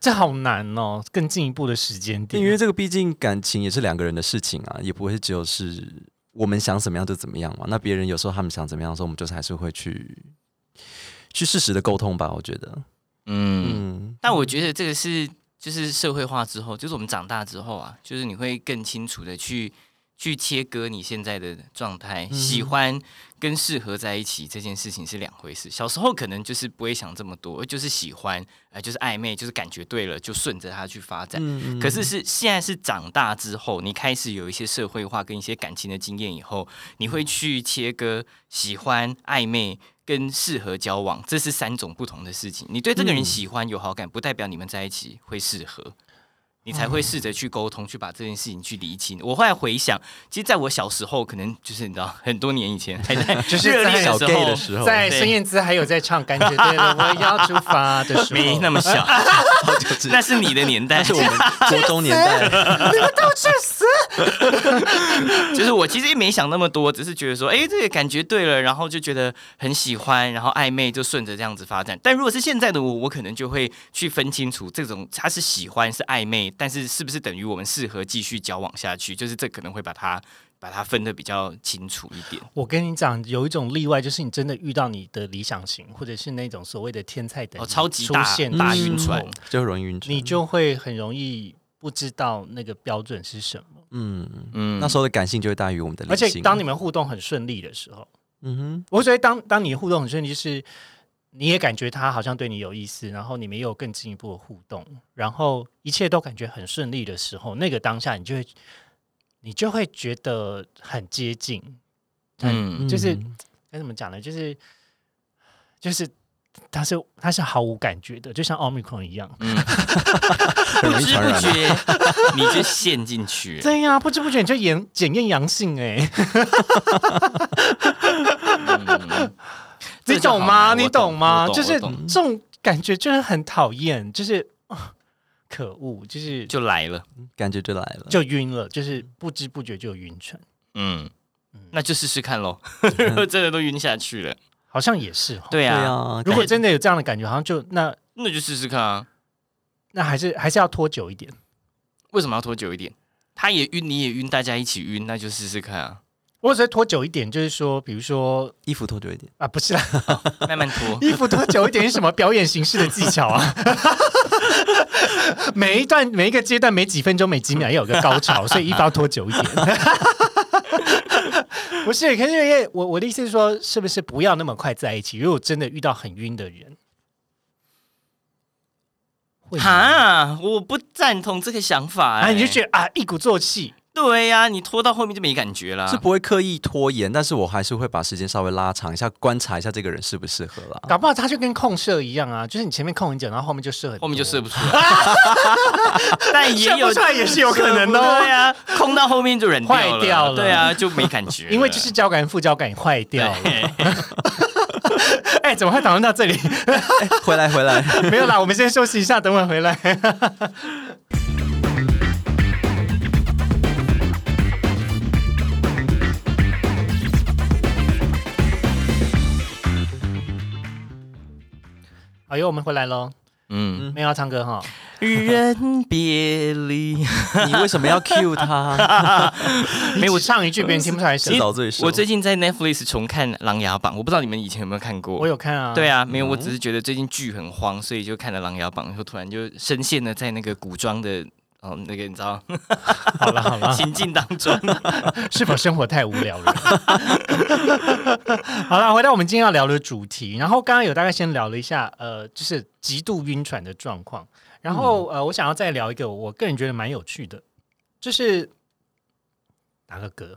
这好难哦，更进一步的时间点，
因为这个毕竟感情也是两个人的事情啊，也不会只有是我们想怎么样就怎么样嘛。那别人有时候他们想怎么样的时候，我们就是还是会去去适时的沟通吧。我觉得，
嗯，
嗯，
但我觉得这个是就是社会化之后，就是我们长大之后啊，就是你会更清楚的去去切割你现在的状态，
嗯
喜欢跟适合在一起这件事情是两回事。小时候可能就是不会想这么多，就是喜欢，呃，就是暧昧，就是感觉对了，就顺着它去发展。
嗯
可是是现在是长大之后，你开始有一些社会化跟一些感情的经验以后，你
嗯
会去切割喜欢、暧昧跟适合交往，这是三种不同的事情。你对这个人
嗯
喜欢有好感，不代表你们在一起会适合。你才会
嗯
试着去沟通，去把这件事情去理清。我后来回想，其实在我小时候，可能就是你知道，很多年以前还 在
就是
热恋
在
的
小
时
gay
候
的，时候，
在
对
孙燕姿还有在唱《感觉对了我要出发》的时候，
没那么 小，
好久之前
那是你的年代
那是。我 们国中年代，
就是我其实也没想那么多，只是觉得说，哎、这个感觉对了，然后就觉得很喜欢，然后暧昧就顺着这样子发展。但如果是现在的我，我可能就会去分清楚，这种他是喜欢是暧昧，但是是不是等于我们适合继续交往下去？就是这可能会把它把它分的比较清楚一点。
我跟你讲，有一种例外，就是你真的遇到你的理想型，或者是那种所谓的天才等级
哦超级
出
大
现
大
的时
晕
候
船，
嗯就容易晕船。
你就会很容易不知道那个标准是什么。
嗯，
嗯
那时候的感性就会大于我们的理
而
性。
且当你们互动很顺利的时候，
嗯哼，
我所以当当你互动很顺利，就是你也感觉他好像对你有意思，然后你们也有更进一步的互动，然后一切都感觉很顺利的时候，那个当下你就会你就会觉得很接近，嗯，
嗯，
就是
嗯
该怎么讲呢？就是就是他是他是毫无感觉的，就像奥密克戎一样。
嗯，
很
不
容易
知
传
不
染。
觉 你就陷进去了。
对呀、不知不觉你就验检验阳性哎、
嗯
你
这就好
懂吗？
难
你
我懂
吗？
我懂
就是
我懂
这种感觉就是很讨厌，就是、 啊可恶，就是
就来了，
感觉就来了。
就晕了，就是不知不觉就晕船，
嗯
嗯，
那就试试看喽。如 果真的都晕下去了，
好像也是哈。，
对
对
啊，
啊，
如果
感
真的有这样的感觉，好像就那
那就试试看啊。
那还是还是要拖久一点。
为什么要拖久一点？他也晕，你也晕，大家一起晕，那就试试 看啊，
我所谓拖久一点，就是说，比如说
衣服脱久一点，
啊，不是啦，。
慢慢拖
衣服脱久一点是什么表演形式的技巧啊？ 每一段每一个阶段每几分钟每几秒要有个高 潮，所以衣服要脱久一点。不是，可是因为我我的意思是说，是不是不要那么快在一起？如果真的遇到很晕的人，会吗
哈，我不赞同这个想法、欸。
啊，你就觉得啊一鼓作气，
对呀、你拖到后面就没感觉啦。
是不会刻意拖延，但是我还是会把时间稍微拉长一下，观察一下这个人适不适合啦。
哦
搞不好他就跟控射一样啊，就是你前面控很久，然后后面就射很多，
后面就射不出 来，但也有
射不出来也是有可能的哦
射不对啊，空到后面就忍
坏掉了
对啊，就没感觉 了，
因为就是交感副交感也坏掉了。
对
哎、怎么会讨论到这里？
哎回来回 来，
没有啦，我们先休息一下，等会回来。好哟，我们回来喽。
嗯，嗯
没有要唱歌哈，
人别离。
你为什么要 cue 他？
没我唱一句，别人听不出来什
迟
么。
早最熟。
我最近在 Netflix 重看《琅琊榜》，我不知道你们以前有没有看过。
我有看啊，
对，啊，没有，我只是觉得最近剧很荒，所以就看了《琅琊榜》，然后突然就深陷了在那个古装的。哦，那个你知道
好了好了，
情境当 中，
是否生活太无聊了？ 好了，回到我们今天要聊的主题，然后刚刚有大概先聊了一下，呃，就是极度晕船的状况，然后、呃，我想要再聊一个，我个人觉得蛮有趣的，就是打个嗝，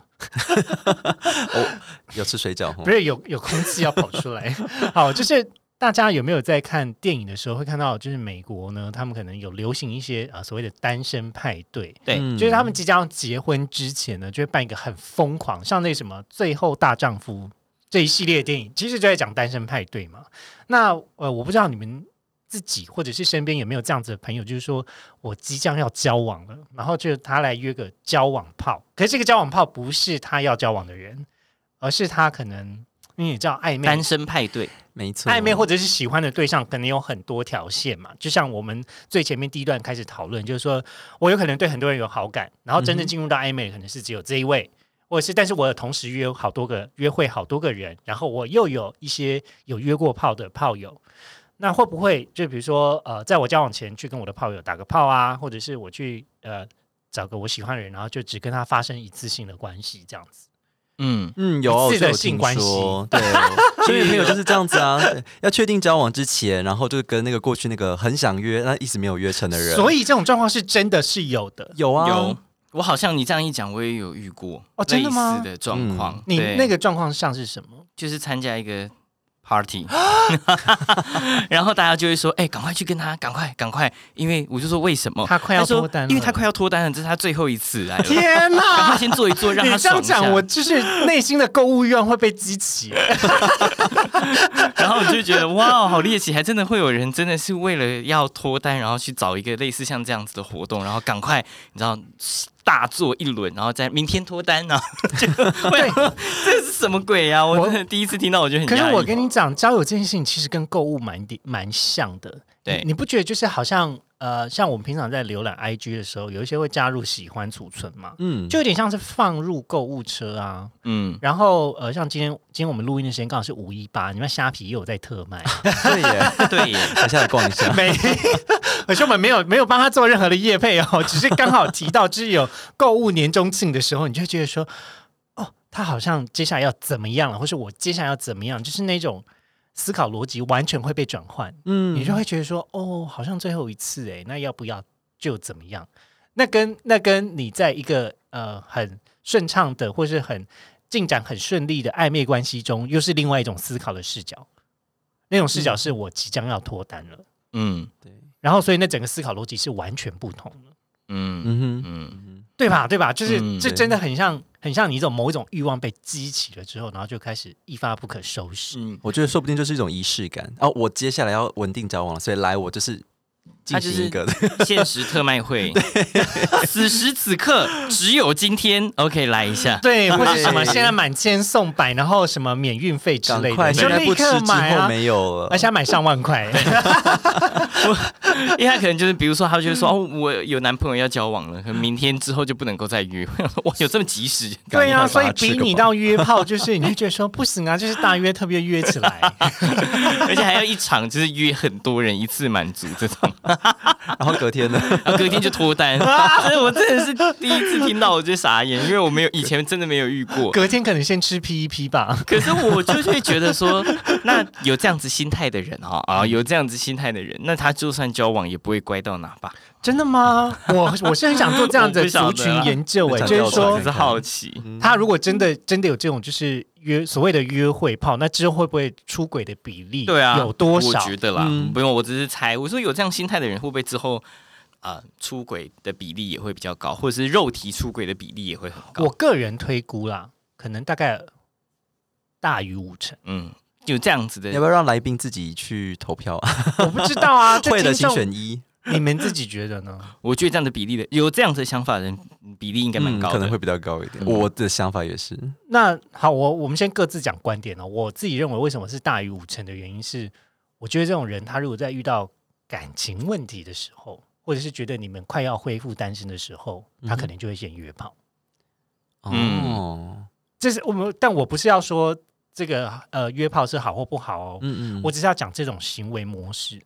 哦，有吃水饺哦
不。是有有空气要跑出来。好，就是大家有没有在看电影的时候会看到，就是美国呢，他们可能有流行一些啊、呃所谓的单身派对，
对
嗯
就是他们即将要结婚之前呢，就会办一个很疯狂，像那什么《最后大丈夫》这一系列电影，其实就在讲单身派对嘛。那呃，我不知道你们自己或者是身边有没有这样子的朋友，就是说我即将要交往了，然后就他来约个交往炮，可是这个交往炮不是他要交往的人，而是他可能因为你知道暧昧
单身派对，
没错，
暧昧或者是喜欢的对象，可能有很多条线嘛。就像我们最前面第一段开始讨论，就是说我有可能对很多人有好感，然后真
嗯
正进入到暧昧，可能是只有这一位，或者是但是我有同时约好多个约会好多个人，然后我又有一些有约过炮的炮友。那会不会就比如说呃，在我交往前去跟我的炮友打个炮啊，或者是我去呃找个我喜欢的人，然后就只跟他发生一次性的关系这样子？
嗯，
嗯，有啊
一
我
致的
就有
性
听
关系
说，对，所以朋友就是这样子啊。对要确定交往之前，然后就跟那个过去那个很想约，但一直没有约成的人，
所以这种状况是真的是有的。
有啊，
有。我好像你这样一讲，我也有遇过
哦真的吗嗯
类似的状况。
你
对
那个状况上是什么？
就是参加一个 party，然后大家就会说：“哎、赶快去跟他，赶快，赶快！”因为我就说为什么
他快要
他说
脱单了，
因为他快要脱单了，这是他最后一次来了，赶
天哪、
快先做一做， 让他
你这
爽
样
一下。
讲，我就是内心的购物欲望会被激 起。
然后我就觉得哇，哦好猎奇，还真的会有人真的是为了要脱单，然后去找一个类似像这样子的活动，然后赶快，你知道。大做一轮，然后再明天脱单然后就我想说这 是什么鬼啊！我
我
真的第一次听到，我就很
可是
压抑
我跟你讲，交友这件事情其实跟购物蛮的蛮像的。
对
你你不觉得就是好像呃，像我们平常在浏览 IG 的时候，有一些会加入喜欢储存嘛，
嗯，
就有点像是放入购物车啊。
嗯，
然后呃，像今天今天我们录音的时间刚好是五一八，你们虾皮也有在特卖，
对耶，
对耶，
等一下来逛一下。
没， 而且我们没有没有帮他做任何的业配哦，只是刚好提到，就是有购物年终庆的时候，你就会觉得说，哦，他好像接下来要怎么样了，或是我接下来要怎么样，就是那种思考逻辑完全会被转换，
嗯
你就会觉得说，哦，好像最后一次哎，那要不要就怎么样？那跟那跟你在一个呃很顺畅的，或是很进展很顺利的暧昧关系中，又是另外一种思考的视角。那种视角是我即将要脱单了，
嗯
然后所以那整个思考逻辑是完全不同的，
嗯
嗯哼，
嗯，
对吧？对吧？就是、
嗯
这
对
真的很像，很像你一种某一种欲望被激起了之后，然后就开始一发不可收拾。
嗯，
我觉得说不定就是一种仪式感啊。我接下来要稳定交往了，所以来我就是进
他就是
行一个，
限时特 卖会，此时此刻只有今天，OK，来一下。
对，或是什 么
对
现在满千送百，然后什么免运费之
赶
类的，
快
你就
现在
立
不吃
刻
之
买
后
啊！
没有了
而。且要买上万 块，
因为他可能就是，比如说，他就会说，哦，我有男朋友要交往了，可能明天之后就不能够再约。 哇，有这么及时？
对啊，
赶快
所以
把它吃
比
个
你
饱
到约炮，就是 你会觉得说不行啊，就是大约特别约起 来，
而且还要一场，就是约很多人一次满足这 种，
然后隔天 呢？
然后隔天就脱单。所 以我真的是第一次听到，我就傻眼，因为我没有以前真的没有遇过。
隔天可能先吃 P 一 P 吧。
可是我就会觉得说，那有这样子心态的人 哈、啊，有这样子心态的人，那他就算交往也不会乖到哪吧？
真的吗？我我是很想做这样
我
的
不晓得
族
啊
群研究、
我
哎，
想
就
调
是
查
说
看
只是好奇。
他如果真的真的有这种就是约所谓的约会炮，那之后会不会出轨的比例
对啊，
有多少
我？觉得啦，
嗯
不用，我只是猜。我说有这样心态的人，会不会之后啊、呃出轨的比例也会比较高，或者是肉体出轨的比例也会很
我
高？
个人推估啦，可能大概大于五成，
嗯，有这样子
要
的。
不要让来宾自己去投票啊？
我不知道 啊。这
会的，
听
请
众
选一。
你们自己觉得呢？
我觉得这样的比例的，有这样子的想法的人，比例应该蛮
嗯
高
可
的。
能会比较高一点。
嗯
我的想法也是，
那好，我我们先各自讲观点哦。我自己认为为什么是大于五成的原因是，我觉得这种人他如果在遇到感情问题的时候，或者是觉得你们快要恢复单身的时候，他可能就会先约炮。
嗯
哦，
这是我们，但我不是要说这个呃约炮是好或不好哦，
嗯嗯，
我只是要讲这种行为模式，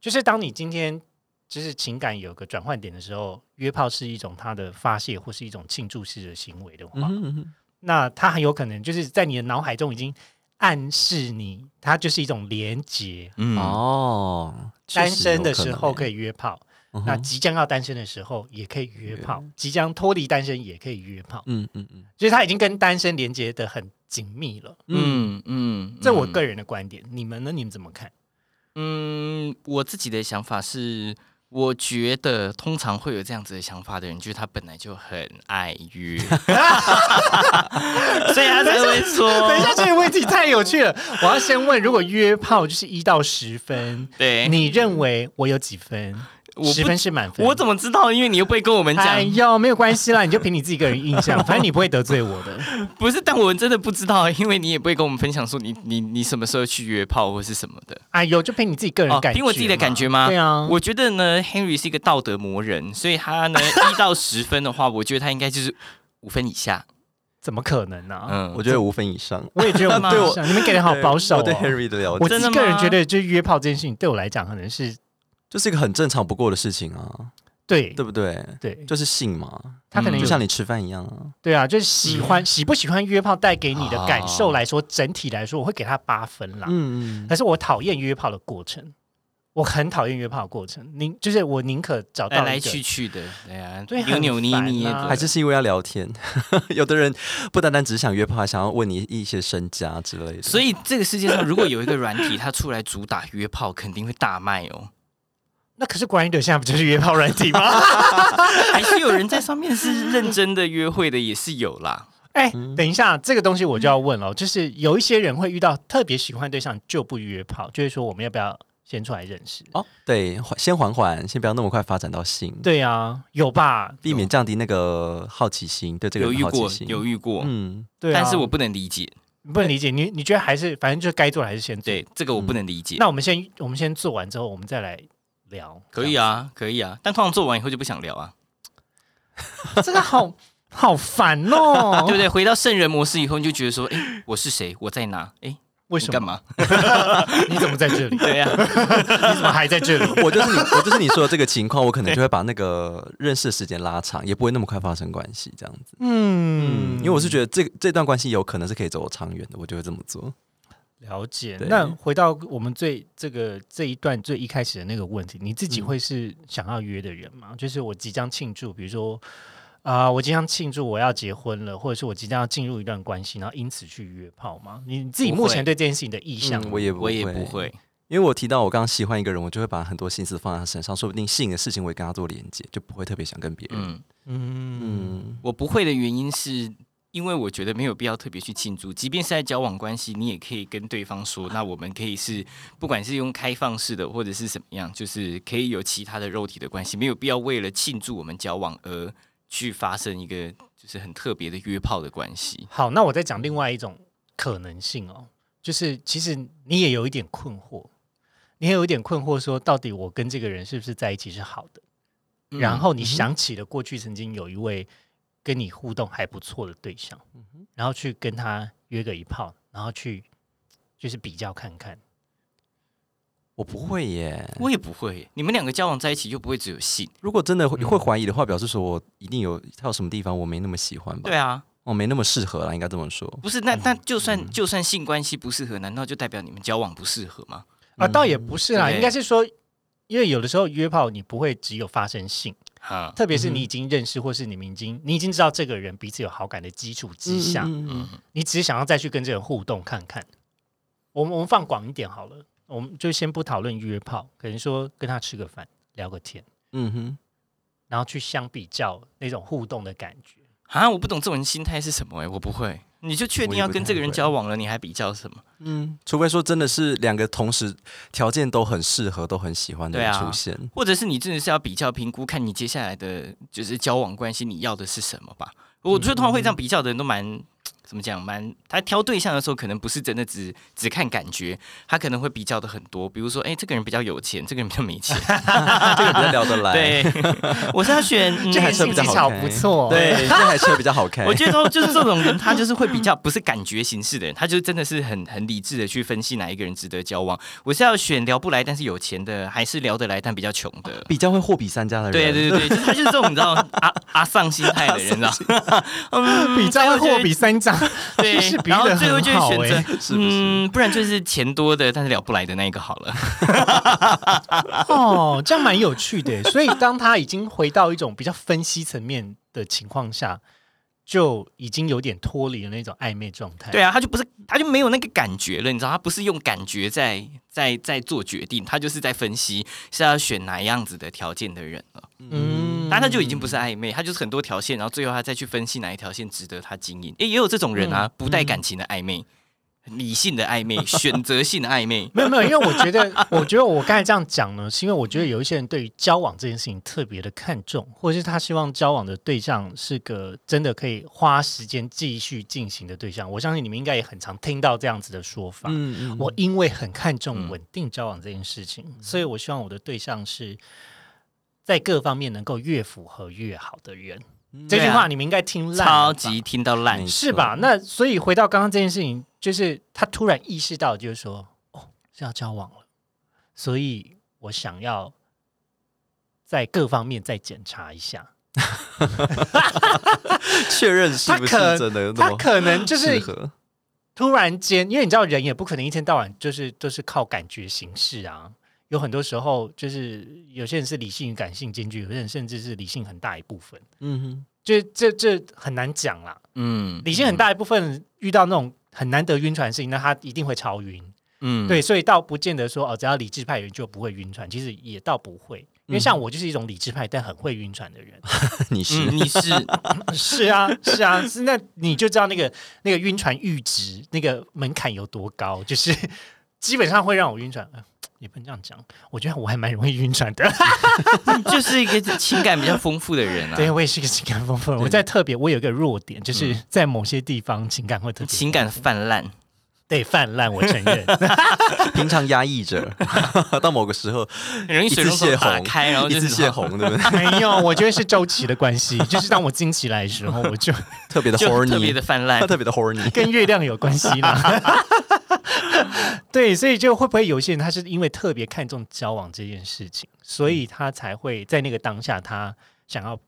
就是当你今天就是情感有个转换点的时候，约炮是一种他的发泄或是一种庆祝式的行为的话，
嗯哼嗯哼
那他很有可能就是在你的脑海中已经暗示你，它就是一种连结。
嗯，
哦，确
单
实
身
有
的
可
时
能
候
欸
可以约炮，
嗯
那
哼
即将要单身的时候也可以约炮，即将脱离单身也可以约炮，
嗯嗯嗯
就是它已经跟单身连接的很紧密了。
嗯
嗯嗯，
这我个
人，
人的观点，你们呢？你们怎么看？
嗯，我自己的想法是，我觉得通常会有这样子的想法的人，就是他本来就很爱 约，所以他才会
等一
说，
下，这个问题太有趣了， 我要先问，如果约炮就是一到十分，
对，
你认为我有几分？
哎我
十分
不，
是满分，
我怎么知道？因为你又不会跟我们
哎
讲，
呦，没有关系啦，你就凭你自己个人印 象，反正你不会得罪我的。
不是，但我真的不知道，因为你也不会跟我们分享说你你你什么时候去约炮或是什么的。
哎呦，就凭你自己个人感觉嘛，
哦凭我自己的感觉吗
对啊，
我觉得呢，Henry 是一个道德魔人，所以 他呢一到十分的话，我觉得他应该就是五分以下。
怎么可能呢、啊？
嗯，
我觉得五分以上。
我也觉 得我蛮
对我
像你们给的好保守、
我
哦
对 Harry 的了
我自
解，
己
真的
个人
吗
觉得，就是约炮这件事情对我来讲，可能是
就是一个很正常不过的事情啊，
对
对不对？
对，
就是性嘛，
他可能
嗯
有
就像你吃饭一样啊。
对啊，就是喜欢、喜不喜欢约炮带给你的感
啊
受来说，整体来说我会给他八分啦。
嗯，
可是我讨厌约炮的过程，我很讨厌约炮的过程。宁就是我宁可找到
来
一个
哎来去去的，对啊，
对
扭扭捏捏
很烦啊
的，
还是是因为要聊天。 有的人不单单只是想约炮，还想要问你一些身家之类的。
所以这个世界上如果有一个软体，它出来主打约炮，肯定会大卖哦。
那可是 Grinder 现在不就是约炮软体 吗？
还是有人在上面是认真的约会的，也是有 啦。
哎、
嗯
等一下，这个东西我就要问了，就是有一些人会遇到特别喜欢对象就不约炮，就会说我们要不要先出来认识？
嗯
哦，对，缓先缓缓，先不要那么快发展到性，
对啊，有吧？
避免降低那个好奇心，对这个
有
人
遇
的好奇
过，
心。
有遇过，
嗯，
对、啊，
但是我不能理解。
不能理解你，你觉得还是反正就该做的还是先做。
对，这个我不能理解。
嗯那我们先我们先做完之后，我们再来聊。
可以啊，可以啊，但通常做完以后就不想聊啊，
啊， 这个好好烦 哦，
对不对？回到圣人模式以后，你就觉得说，哎，我是谁？我在哪？哎，
为什
你干
么？
嘛？
你怎么在 这里？
对呀、
你怎么还在这里？
我就是你，我就是你说的这个情况，我可能就会把那个认识的时间拉长，也不会那么快发生关系，这样子。
嗯
嗯，因为我是觉得这这段关系有可能是可以走长远的，我就会这么做。
了解。
对
那回到我们最这个这一段最一开始的那个问题，你自己
嗯
会是想要约的人吗？就是我即将庆祝，比如说啊、我即将庆祝我要结婚了，或者是我即将要进入一段关系，然后因此去约炮吗？你你自己
不会
目前对这件事情的意向、
嗯我也不
我也
会
不会。
因为我提到我刚刚喜欢一个人，我就会把很多心思放在他身上，说不定性的事情我也跟他做连接，就不会特别想跟别人。
嗯，
嗯，
嗯，
我不会的原因是。因为我觉得没有必要特别去庆祝，即便是在交往关系，你也可以跟对方说，那我们可以是不管是用开放式的，或者是怎么样，就是可以有其他的肉体的关系，没有必要为了庆祝我们交往而去发生一个就是很特别的约炮的关系。
好，那我再讲另外一种可能性哦，就是其实你也有一点困惑，你也有一点困惑，说到底我跟这个人是不是在一起是好的？
嗯
然后你想起了过去曾经有一位跟你互动还不错的对象，
嗯
然后去跟他约个一炮，然后去就是比较看看。
我不会耶。
我也不会，你们两个交往在一起又不会只有性。
如果真的会会怀疑的话，表示说我一定有他有什么地方我没那么喜欢吧？
对，啊，
我没那么适合啦，应该这么说。
不是那那就算就算性关系不适合，难道就代表你们交往不适合吗？
嗯
啊，倒也不是啦，
对
应该是说，因为有的时候约炮你不会只有发生性，
啊，
特别是
嗯
你已经认识或是你们已经你已经知道这个人彼此有好感的基础之下，
嗯嗯嗯
嗯，
你只是想要再去跟这个人互动看看。我们我们放广一点好了，我们就先不讨论约炮，可能说跟他吃个饭、聊个天，
嗯哼，
然后去相比较那种互动的感觉。
啊，我不懂这种人心态是什么哎、我不会。你就确定要跟这个人交往了，你还比较什么？
嗯，除非说真的是两个同时条件都很适合、都很喜欢的人
对啊
出现。
或者是你真的是要比较评估，看你接下来的就是交往关系，你要的是什么吧？我最通常会这样比较的人都蛮怎么讲，蛮他挑对象的时候，可能不是真的只只看感觉，他可能会比较的很多，比如说，哎、这个人比较有钱，这个人比较没钱，
这个比较聊得来，
对，我是要选，嗯、
这
台
个
车比
性
较
技
好
巧
开
不错，，
对，这台车比较好开
我。觉得就是这种人，他就是会比较不是感觉形式的人，他就真的是很很理智的去分析哪一个人值得交往。我是要选聊不来但是有钱的，还是聊得来但比较穷
哦
的？
比较会货比三家的人，
对对对对，就是他就是这种你知道 阿阿丧心态的人，你知道？嗯，
比较
最后就
货
会
比三家，
对
是，比喻
然后
得
最后
很
就
好
会选
欸
择，嗯，不然就是钱多的但是聊不来的那一个好了。
哦，这样蛮有趣的耶。所以当他已经回到一种比较分析层面的情况下，就已经有点脱离了那种暧昧状态。
对啊，他就不是，他就没有那个感觉了，你知道，他不是用感觉在在在做决定，他就是在分析是要选哪样子的条件的人了。
嗯，
但他就已经不是暧昧，他就是很多条线，然后最后他再去分析哪一条线值得他经营。也也有这种人啊，
嗯
不带感情的暧昧，理性的暧昧，选择性的暧昧。
没有没有，因为我觉得， 我觉得我刚才这样讲呢，是因为我觉得有一些人对于交往这件事情特别的看重，或者是他希望交往的对象是个真的可以花时间继续进行的对象。我相信你们应该也很常听到这样子的说法。
嗯，嗯
我因为很看重
嗯
稳定交往这件事情，所以我希望我的对象是在各方面能够越符合越好的人。这句
对啊
话你们应该听 烂
超
了吧，
级听到烂
没，
是吧？那所以回到刚刚这件事情，就是他突然意识到，就是说，哦，是要交往了，所以我想要在各方面再检查一下。
确认是不是
他可
真的那
他
么
可能就
适
是
合？
突然间，因为你知道人也不可能一天到晚就是都、是靠感觉行事啊。有很多时候，就是有些人是理性与感性兼具，有些人甚至是理性很大一部分，
嗯
就是这这很难讲啦。
嗯，
理性很，大一部分遇到那种很难得晕船的事情，那他一定会超晕。
嗯，
对，所以倒不见得说哦，只要理智派人就不会晕船，其实也倒不会，因为像
嗯
我就是一种理智派但很会晕船的人。
哼， 你是
嗯，你 是
是啊，是啊，是那你就知道那个那个晕船阈值那个门槛有多高，就是基本上会让我晕船。呃也不能这样讲，我觉得我还蛮容易晕船 的。
啊就是一个情感比较丰富的人
对，
啊，
我也是个情感丰富人。我在特别，我有一个弱点，就是在某些地方情感会特别
嗯情感泛滥，
对泛滥，我承认。
平常压抑 着，到某个时候
很容易
一
水
次
龙头
泄
打
洪，
开，然后
一
就是
次泄 洪，对不对？
没有，哎我觉得是周期的关系，就是当我惊起来的时候，我就
特别的
就特别
horny，
的泛滥，
特别的 horny。
跟月亮有关系啦。 对，所以就会不会有些人他是因为特别看重交往这件事情，所以他才会在那个当下他想要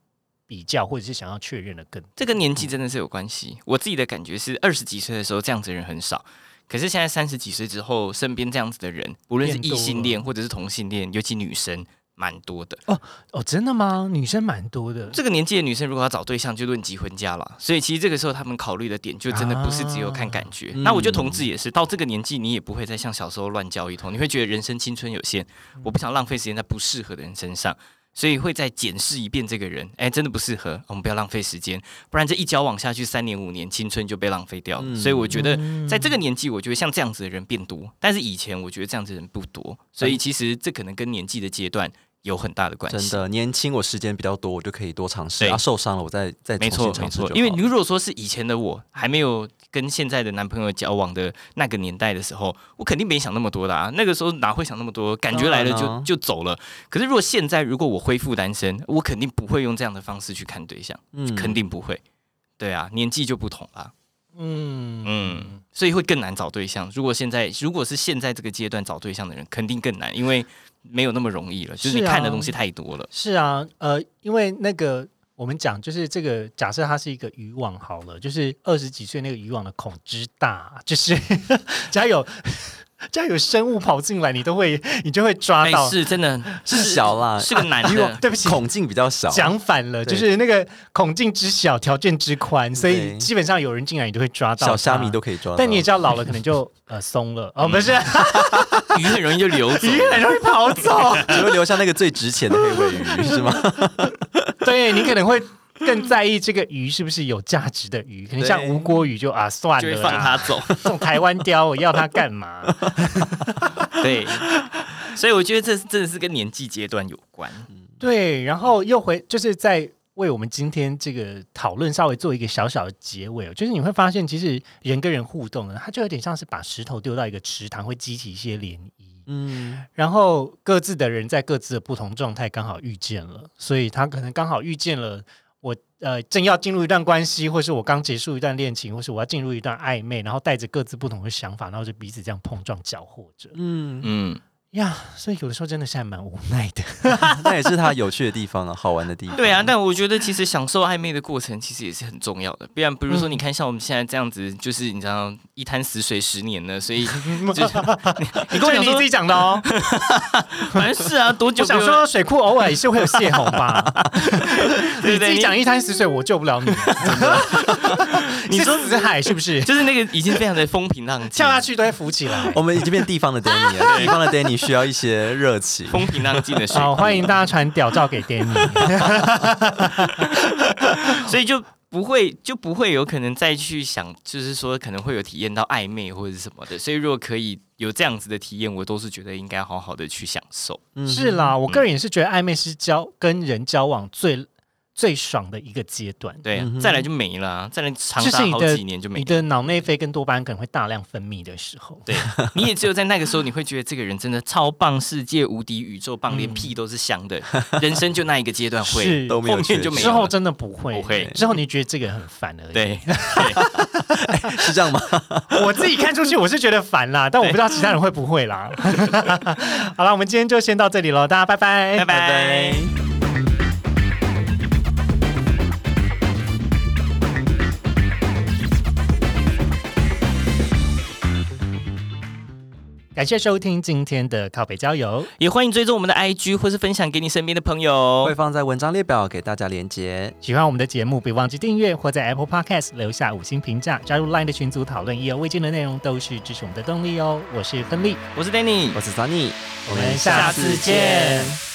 比较或者是想要确认的更
这跟年纪真的是有关系。我自己的感觉是，二十几岁的时候这样子的人很少，可是现在三十几岁之后，身边这样子的人，无论是
变多
异
了
性恋或者是同性恋，尤其女生。蛮多的，
哦，真的吗？女生蛮多的，
这个年纪的女生如果要找对象，就论及婚嫁了。所以其实这个时候，他们考虑的点就真的不是只有看感觉。
嗯
那我觉得同志也是，到这个年纪，你也不会再像小时候乱交一通，你会觉得人生青春有限，我不想浪费时间在不适合的人身上，所以会再检视一遍这个人，哎，真的不适合，我们不要浪费时间，不然这一交往下去，三年五年，青春就被浪费掉了。
嗯
所以我觉得
嗯
在这个年纪，我觉得像这样子的人变多，但是以前我觉得这样子的人不多，所以其实这可能跟年纪的阶段有很大的关
真
系。
的，年轻我时间比较多，我就可以多尝试。
对
啊，受伤了我再再
没
重
错
新，
没
尝试就
错
好。。
因为如果说是以前的我还没有跟现在的男朋友交往的那个年代的时候，我肯定没想那么多的啊。那个时候哪会想那么多？感觉来了
当然
就
啊
就走了。可是如果现在如果我恢复单身，我肯定不会用这样的方式去看对象，
嗯
肯定不会。对啊，年纪就不同啦，
嗯
嗯，所以会更难找对象。如果现在如果是现在这个阶段找对象的人，肯定更难，因为没有那么容易了，就是你
是啊
看的东西太多了。
是啊，呃，因为那个我们讲就是这个，假设它是一个渔网好了，就是二十几岁那个渔网的孔之大，就是 只要有 只要有生物跑进来，你都会你就会抓
哎、
到。
是真的，
是小啦，
是个 男的。
对不起，
孔径比较小，
讲反了，
对
就是那个孔径之小，条件之宽，所以
对
基本上有人进来，你都会抓到
小虾
它
米都。可以抓到。嗯
但你也知道，老了可能就 呃松了哦，不 是，
鱼很容易就流走了，
鱼很容易跑走，
只会留下那个最值钱的黑尾鱼是吗？
对你可能会更在意这个鱼是不是有价值的鱼，可能像
对
无锅鱼就啊算
就
了
会
啦，
放他走。
这种台湾雕，我要它干嘛？
对，所以我觉得这真的是跟年纪阶段有关。
对，然后又回就是在。为我们今天这个讨论稍微做一个小小的结尾哦，就是你会发现，其实人跟人互动呢，它就有点像是把石头丢到一个池塘，会激起一些涟漪。
嗯，
然后各自的人在各自的不同状态刚好遇见了，所以他可能刚好遇见了我，呃，正要进入一段关系，或是我刚结束一段恋情，或是我要进入一段暧昧，然后带着各自不同的想法，然后就彼此这样碰撞搅和着
嗯，
嗯，
呀。所以有的时候真的是还蛮无奈的。
那也是它有趣的地方了，好玩的地方。
对啊，但我觉得其实享受暧昧的过程其实也是很重要的，不然比如说你看像我们现在这样子，就是你知道一滩死水十年 了，所以就是 你你跟我
这
讲
你自
说，
己讲的哦，
反正是啊，多久
我想
没有
说水库偶尔也是会有泄洪 吧。
对
你
对
自己讲一滩死水，我救不了你。 你说死海是不是？
就是那个已经非常的风平浪静，
跳下去都会浮起来。
我们已经变地方的 Danny 了，地方的 Danny 需要一些热情。
风平浪静的水
好，欢迎大家传屌照给 Danny。
所以就不会就不会有可能再去想，就是说可能会有体验到暧昧或者是什么的。所以如果可以有这样子的体验，我都是觉得应该好好的去享受。
嗯
是啦，我个人也是觉得暧昧是交跟人交往最最爽的一个阶段。
对啊，
嗯哼
再来就没了啊，再来长
就是
达
你
好
的
几年就没
你
了。
的脑内啡跟多巴胺可能会大量分泌的时候，
对，你也只有在那个时候，你会觉得这个人真的超棒，世界无敌，宇宙棒，连
嗯
屁都是香的。人生就那一个阶段会
是，
都没有
后面就没
之
确定
后哎
了。
真的不会，
不会
之后你觉得这个人很烦而已。
对，
是这样吗？
我自己看出去，我是觉得烦啦，但我不知道其他人会不会啦。 好了，我们今天就先到这里喽，大家拜拜，
拜拜。
感谢收听今天的靠北郊游，
也欢迎追踪我们的 IG，或是分享给你身边的朋友
会。放在文章列表给大家连接。
喜欢我们的节目，别忘记订阅或在 Apple Podcast 留下五星评价，加入 LINE 的群组讨论意犹未尽的内容，都是支持我们的动力哦。我是芬利，
我是 Danny，
我是 Sunny，
我们下次见。